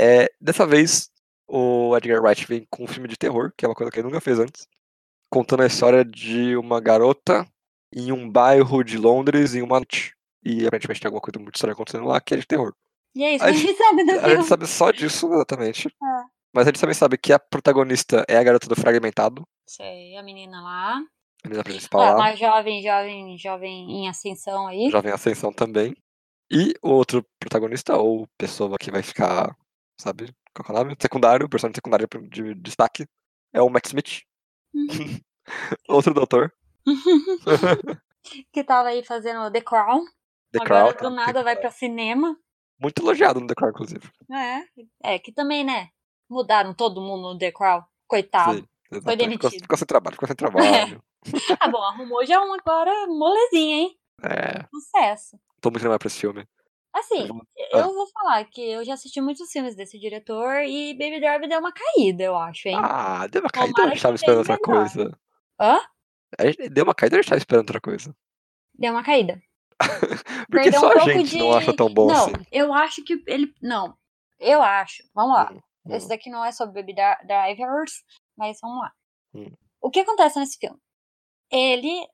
B: É, dessa vez, o Edgar Wright vem com um filme de terror, que é uma coisa que ele nunca fez antes, contando a história de uma garota em um bairro de Londres em uma noite. E aparentemente tem alguma coisa muito estranha acontecendo lá, que é de terror.
A: E é isso
B: A
A: que a gente sabe do
B: A gente
A: filme.
B: sabe só disso, exatamente.
A: É.
B: Mas a gente também sabe que a protagonista é a garota do Fragmentado,
A: Sei, a menina lá.
B: a menina principal
A: É,
B: Tá lá.
A: uma jovem, jovem, jovem em ascensão aí.
B: Jovem Ascensão também. E o outro protagonista, ou pessoa que vai ficar, sabe, qual que é o nome? Secundário, personagem secundário de destaque, é o Matt Smith.
A: Uhum.
B: Outro doutor,
A: que tava aí fazendo The Crown.
B: The
A: Agora
B: Crown. tá.
A: do nada vai pra cinema.
B: Muito elogiado no The Crown, inclusive.
A: É. é, que também, né? Mudaram todo mundo no The Crown. Coitado.
B: Sim, exatamente. Ficou,
A: Tá, demitido.
B: ficou sem trabalho, ficou sem trabalho.
A: Tá bom, arrumou já um agora molezinha, hein?
B: é,
A: Sucesso.
B: tô muito animado pra esse filme.
A: Assim,
B: Ah.
A: eu vou falar que eu já assisti muitos filmes desse diretor e Baby Driver deu uma caída, eu acho, hein?
B: Ah, deu uma caída,
A: Tomara
B: a gente tava
A: que
B: esperando
A: seja
B: outra
A: melhor.
B: coisa.
A: Hã?
B: A gente deu uma caída, a gente tava esperando outra coisa.
A: Deu uma caída.
B: Porque
A: Perdeu um
B: só a
A: pouco
B: gente não
A: de-
B: acha tão bom
A: não,
B: assim.
A: eu acho que ele. Não, eu acho. Vamos lá.
B: hum.
A: Esse daqui não é sobre Baby Dri- Drivers, mas vamos lá.
B: Hum.
A: O que acontece nesse filme? Ele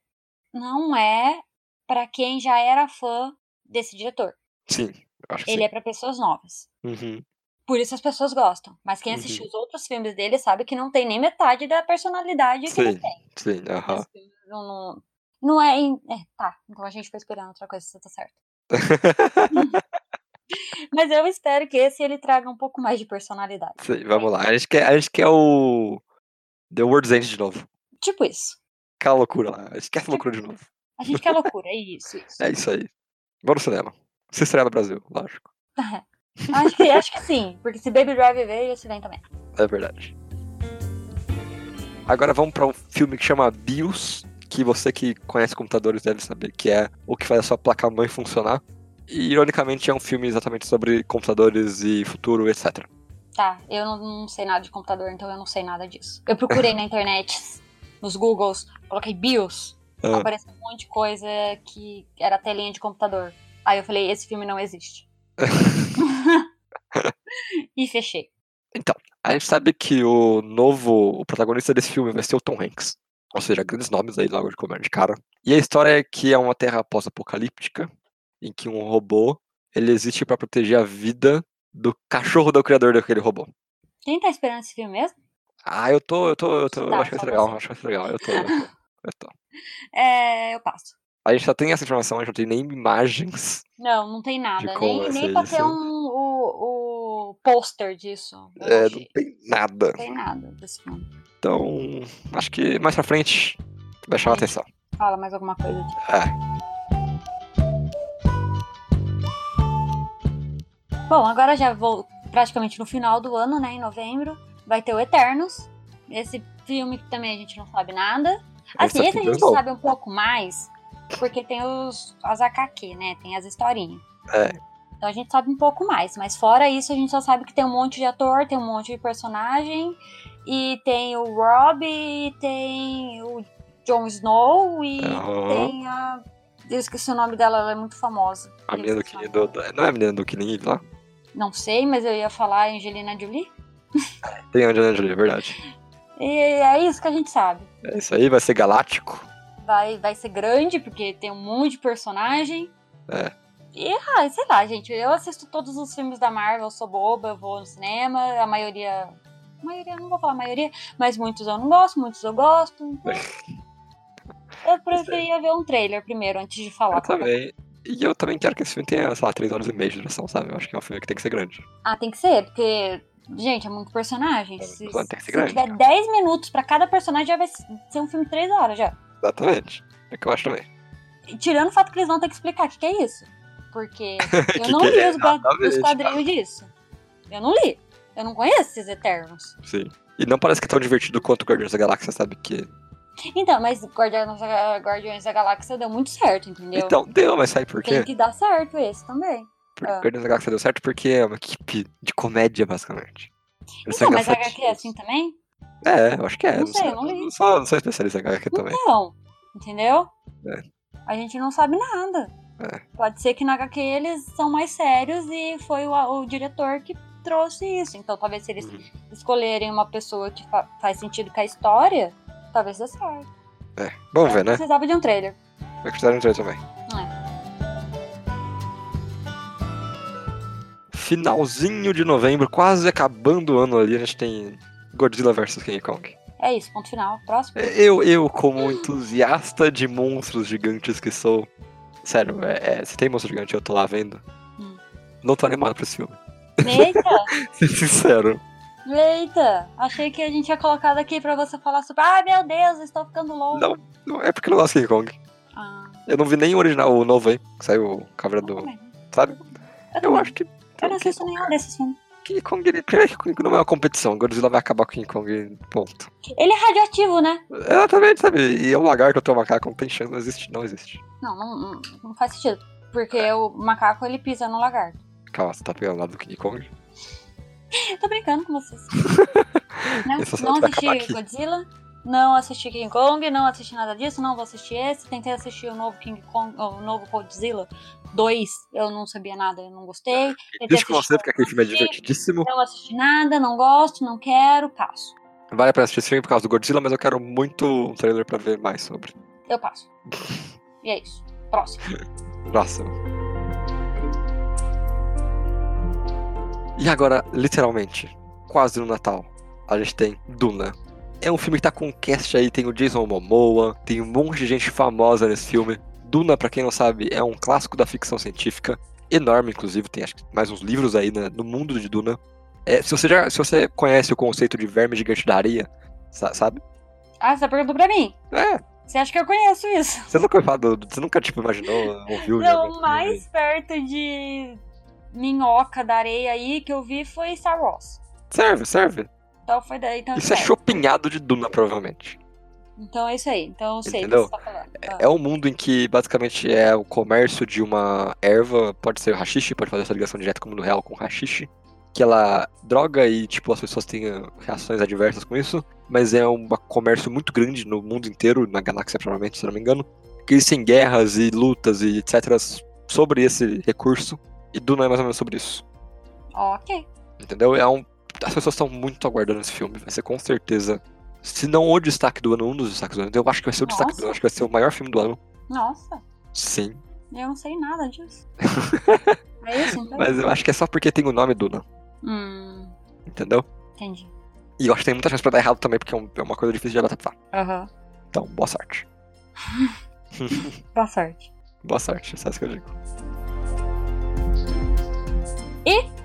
A: não é pra quem já era fã desse diretor.
B: Sim, eu acho que
A: Ele
B: sim.
A: é pra pessoas novas.
B: Uhum.
A: Por isso as pessoas gostam. Mas quem assistiu os outros filmes dele sabe que não tem nem metade da personalidade que ele
B: Sim,
A: tem.
B: sim, aham.
A: Esse filme Não, não, não é, em- é. Tá, então a gente foi esperando outra coisa, você tá certo. Mas eu espero que esse ele traga um pouco mais de personalidade.
B: Sim, vamos lá. A gente quer, a gente quer o. The World's End de novo.
A: Tipo isso.
B: Aquela loucura lá. A gente quer essa loucura de novo.
A: A gente quer loucura, é isso, isso.
B: É isso aí. Vamos no cinema. Se estreia no Brasil, lógico.
A: Acho que, acho que sim, porque se Baby Driver veio, esse vem também.
B: É verdade. Agora vamos pra um filme que chama BIOS, que você que conhece computadores deve saber que é o que faz a sua placa-mãe funcionar. E, ironicamente, é um filme exatamente sobre computadores e futuro, etc.
A: Tá, eu não, não sei nada de computador, então eu não sei nada disso. Eu procurei na internet, nos Googles, coloquei BIOS,
B: Ah.
A: apareceu um monte de coisa que era telinha de computador. Aí eu falei, esse filme não existe. e fechei.
B: A gente sabe que o novo, o protagonista desse filme vai ser o Tom Hanks. Ou seja, grandes nomes aí logo de comer de cara. E a história é que é uma terra pós-apocalíptica, em que um robô, ele existe pra proteger a vida do cachorro do criador daquele robô.
A: Quem tá esperando esse filme mesmo?
B: Ah, eu tô, eu tô, eu tô, eu
A: Tá,
B: acho que vai
A: só
B: ser legal,
A: você.
B: acho que vai ser legal, eu tô, eu tô, eu tô.
A: É, eu passo.
B: A gente só tem essa informação, a gente não tem nem imagens.
A: Não, não tem nada.
B: como
A: Nem,
B: vai
A: nem
B: ser
A: pra
B: isso,
A: ter
B: né?
A: um, o, o pôster disso. Eu
B: É,
A: achei.
B: não tem nada.
A: Não tem nada desse filme.
B: Então, acho que mais pra frente vai chamar
A: Gente.
B: atenção.
A: Fala mais alguma coisa tipo. disso.
B: É,
A: Bom, agora já vou praticamente no final do ano, né? Em novembro, vai ter o Eternos. Esse filme que também a gente não sabe nada. Assim,
B: aqui
A: esse a
B: Deus
A: gente
B: não.
A: sabe um pouco mais, porque tem os, as HQ, né? Tem as historinhas.
B: É.
A: Então a gente sabe um pouco mais, mas fora isso, a gente só sabe que tem um monte de ator, tem um monte de personagem, e tem o Rob, e tem o Jon Snow, e
B: Aham.
A: tem a. Eu esqueci o nome dela, ela é muito famosa.
B: a
A: Eu
B: menina do
A: esqueci o
B: Killing,
A: nome
B: do, do- não é a menina do Killing Eve lá?
A: não sei, mas eu ia falar Angelina Jolie.
B: Tem a Angelina Jolie, é verdade.
A: E é isso que a gente sabe.
B: É, isso aí vai ser galáctico.
A: Vai, vai ser grande, porque tem um monte de personagem.
B: É.
A: E, ah, sei lá, gente. Eu assisto todos os filmes da Marvel, eu sou boba, eu vou no cinema. A maioria. A maioria, eu não vou falar a maioria, mas muitos eu não gosto, muitos eu gosto. Então...
B: É
A: Eu preferia ver um trailer primeiro, antes de falar.
B: Eu também. E eu também quero que esse filme tenha, sei lá, 3 horas e meia de duração, sabe? Eu acho que é um filme que tem que ser grande.
A: Ah, tem que ser, porque. Gente, é muito personagem.
B: É,
A: Se,
B: tem que ser
A: se
B: grande,
A: tiver 10 minutos pra cada personagem, já vai ser um filme de 3 horas já.
B: Exatamente. É que eu acho também.
A: E tirando o fato que eles vão ter que explicar o que, que é isso. Porque eu
B: Que
A: não
B: que
A: li
B: é?
A: os, ba- os
B: Exatamente.
A: quadrinhos disso. Eu não li. Eu não conheço esses Eternos.
B: Sim. E não parece que é tão divertido quanto o Guardiões da Galáxia, sabe? Que...
A: Então, mas Guardiões da, Guardiões da Galáxia deu muito certo, entendeu?
B: Então, deu, mas sabe por
A: Tem
B: quê?
A: que dar certo esse também.
B: Por-
A: Ah.
B: Guardiões da Galáxia deu certo porque é uma equipe de comédia, basicamente. Eles são
A: então, mas a HQ é
B: engraçadinhos.
A: assim também?
B: É, eu acho que é.
A: Não sei, eu não li.
B: sou, não sou especialista em HQ também.
A: Então, entendeu?
B: É.
A: A gente não sabe nada.
B: É.
A: Pode ser que na HQ eles são mais sérios e foi o, o diretor que trouxe isso. Então, talvez se eles
B: Uhum.
A: escolherem uma pessoa que fa- faz sentido com a história, talvez dê certo.
B: É. Vamos ver, né?
A: Precisava de um trailer.
B: Vai custar um trailer também. É. Finalzinho de novembro, quase acabando o ano ali, a gente tem Godzilla vs King Kong.
A: É isso, ponto final. Próximo.
B: Eu, eu como entusiasta de monstros gigantes que sou. Sério, é, é, se tem monstro gigante eu tô lá vendo.
A: Hum.
B: Não tô animado pra esse filme.
A: Eita,
B: Ser sincero.
A: eita. Achei que a gente tinha colocado aqui pra você falar sobre. Ah, meu Deus, estou ficando louco.
B: Não, não, é porque eu não gosto de King Kong.
A: Ah,
B: Eu não vi nem o original, o novo aí, que saiu o Caveira
A: eu
B: do.
A: também.
B: Sabe?
A: Eu,
B: Ah, Eu
A: também.
B: acho que. tá
A: Eu não assisto nenhum desses filmes.
B: King Kong, ele, primeiro que King Kong não é uma competição. Godzilla vai acabar com King Kong, ponto.
A: Ele é radioativo, né?
B: Exatamente, sabe? E é um lagarto, eu tenho um macaco, não tem chance, não existe. Não existe.
A: Não, não, não- não faz sentido. Porque o macaco ele pisa no lagarto.
B: Calma, você tá pegando lá do King Kong?
A: Tô brincando com vocês. Não,
B: Essa
A: não
B: série vai acabar
A: assisti
B: aqui.
A: Godzilla, não assisti King Kong, não assisti nada disso, não vou assistir esse. Tentei assistir o novo King Kong, o novo Godzilla 2, eu não sabia nada, eu não gostei. Tentei
B: Diz
A: assistir
B: que você que aquele filme é
A: outro
B: divertidíssimo.
A: Não assisti nada, não gosto, não quero, passo.
B: Vale pra assistir esse filme por causa do Godzilla, mas eu quero muito um trailer pra ver mais sobre.
A: Eu passo. E é isso. Próximo.
B: Nossa. E agora, literalmente, quase no Natal, a gente tem Duna. É um filme que tá com um cast aí, tem o Jason Momoa, tem um monte de gente famosa nesse filme. Duna, pra quem não sabe, é um clássico da ficção científica, enorme inclusive, tem acho que mais uns livros aí né, no mundo de Duna. É, se, você já, se você conhece o conceito de verme gigante da areia, sa- sabe?
A: Ah, você perguntou pra mim?
B: É,
A: Você acha que eu conheço isso?
B: você nunca, ouviu falar do- você nunca tipo, imaginou, ouviu? né, alguma
A: Não,
B: coisa
A: o mais perto de minhoca da areia aí que eu vi foi Star Wars.
B: aí? Serve, serve.
A: Então foi daí então.
B: Isso é
A: certo.
B: chopinhado de Duna, provavelmente.
A: Então é isso aí. Então eu sei o que
B: Entendeu?
A: você tá falando. Ah,
B: É um mundo em que basicamente é o comércio de uma erva, pode ser o hashish, pode fazer essa ligação direta com o mundo real com o hashish, que ela droga e tipo as pessoas têm ah, reações adversas com isso, mas é um ba- comércio muito grande no mundo inteiro, na galáxia provavelmente, se eu não me engano, que existem guerras e lutas e etc sobre esse recurso, e Duna é mais ou menos sobre isso.
A: ok.
B: Entendeu? É um... As pessoas estão muito aguardando esse filme. Vai ser com certeza. Se não o destaque do ano, um dos destaques do ano. Eu acho que vai ser o destaque do
A: Nossa.
B: ano. Acho que vai ser o maior filme do ano.
A: Nossa,
B: Sim.
A: eu não sei nada disso. é isso então?
B: Mas eu acho que é só porque tem o nome Duna.
A: Hum,
B: Entendeu?
A: entendi.
B: E eu acho que tem muita chance pra dar errado também, porque é um- é uma coisa difícil de adaptar.
A: Aham.
B: Então, boa sorte.
A: Boa sorte.
B: Boa sorte, sabe o que eu digo?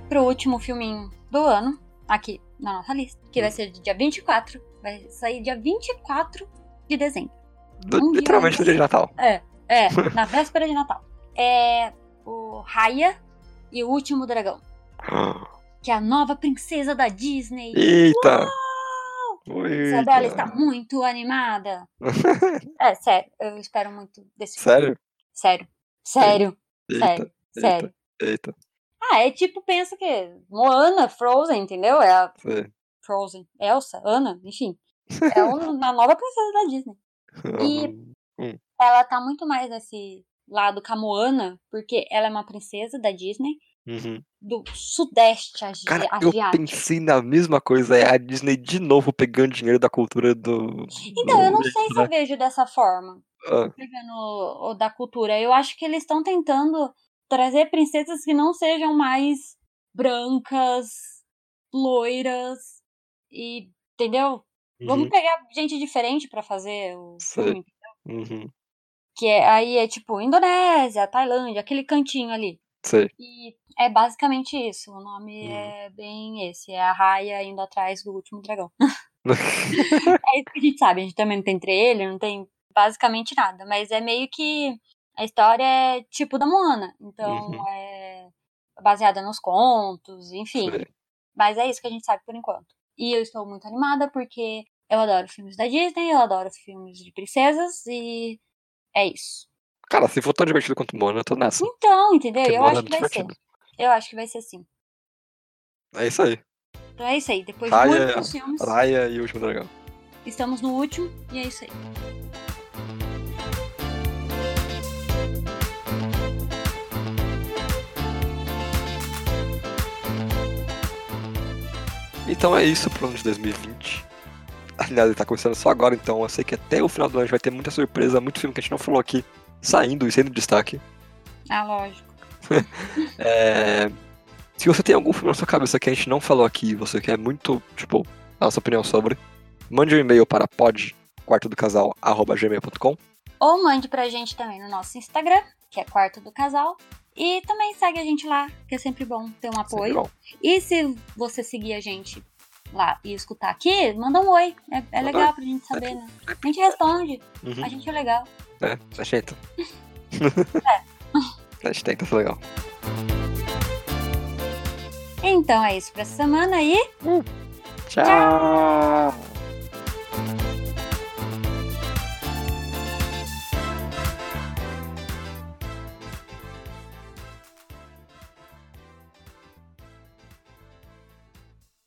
A: Pro último filminho do ano, aqui na nossa lista, que
B: Hum.
A: vai ser dia 24. Vai sair dia 24 de dezembro.
B: Do-
A: Um dia
B: literalmente no dia de Natal.
A: É, na véspera de Natal. É o Raya e o Último Dragão, que é a nova princesa da Disney.
B: Eita!
A: Isabela
B: Eita.
A: está muito animada. é, sério, eu espero muito desse filme.
B: Sério?
A: Sério. Sério, sério,
B: Eita,
A: sério.
B: eita.
A: Ah, é tipo, pensa que Moana, Frozen, entendeu? É a
B: Sim.
A: Frozen, Elsa, Anna, enfim. É uma nova princesa da Disney. E- Ela tá muito mais nesse lado com a Moana, porque ela é uma princesa da Disney
B: Uhum.
A: do sudeste agi-
B: Cara, eu
A: asiático.
B: pensei na mesma coisa, é a Disney de novo pegando dinheiro da cultura do.
A: Então,
B: do-
A: eu não sei se
B: né?
A: eu vejo dessa forma,
B: Ah,
A: pegando o o da cultura. Eu acho que eles estão tentando trazer princesas que não sejam mais brancas, loiras e, entendeu?
B: Uhum.
A: Vamos pegar gente diferente pra fazer o
B: Sei.
A: filme,
B: uhum, uhum,
A: que é, aí é tipo Indonésia, Tailândia, aquele cantinho ali.
B: sei.
A: E é basicamente isso. O nome
B: Uhum.
A: é bem esse. É a raia indo atrás do último dragão. é isso que a gente sabe. A gente também não tem trailer, não tem basicamente nada. Mas é meio que a história é tipo da Moana. Então
B: Uhum.
A: é baseada nos contos, enfim.
B: sei.
A: Mas é isso que a gente sabe por enquanto. E eu estou muito animada porque eu adoro filmes da Disney, eu adoro filmes de princesas e é isso.
B: Cara, se for tão divertido quanto Moana, eu tô nessa.
A: Então, entendeu?
B: Porque
A: eu
B: Moana
A: acho
B: é
A: que
B: muito
A: vai ser.
B: divertido.
A: Eu acho que vai ser assim.
B: É isso aí.
A: Então é isso aí. Depois
B: Raya-
A: de muitos filmes,
B: Raya e o último dragão.
A: estamos no último e é isso aí.
B: Então é isso pro ano de 2020. Aliás, ele tá começando só agora, então eu sei que até o final do ano a gente vai ter muita surpresa, muito filme que a gente não falou aqui, saindo e sendo destaque.
A: Ah, lógico.
B: É, Se você tem algum filme na sua cabeça que a gente não falou aqui e você quer muito, tipo, dar a sua opinião sobre, mande um e-mail para podquartodocasal.gmail.com
A: Ou mande pra gente também no nosso Instagram, que é Quarto do Casal. E também segue a gente lá, que é sempre bom ter um
B: Sempre
A: apoio.
B: bom.
A: E se você seguir a gente lá e escutar aqui, manda um oi. É, é
B: Manda
A: legal pra gente saber, né? A gente responde,
B: Uhum.
A: a gente é legal.
B: É, a gente tenta. A gente tenta, tá legal.
A: Então é isso pra essa semana e
B: Tchau!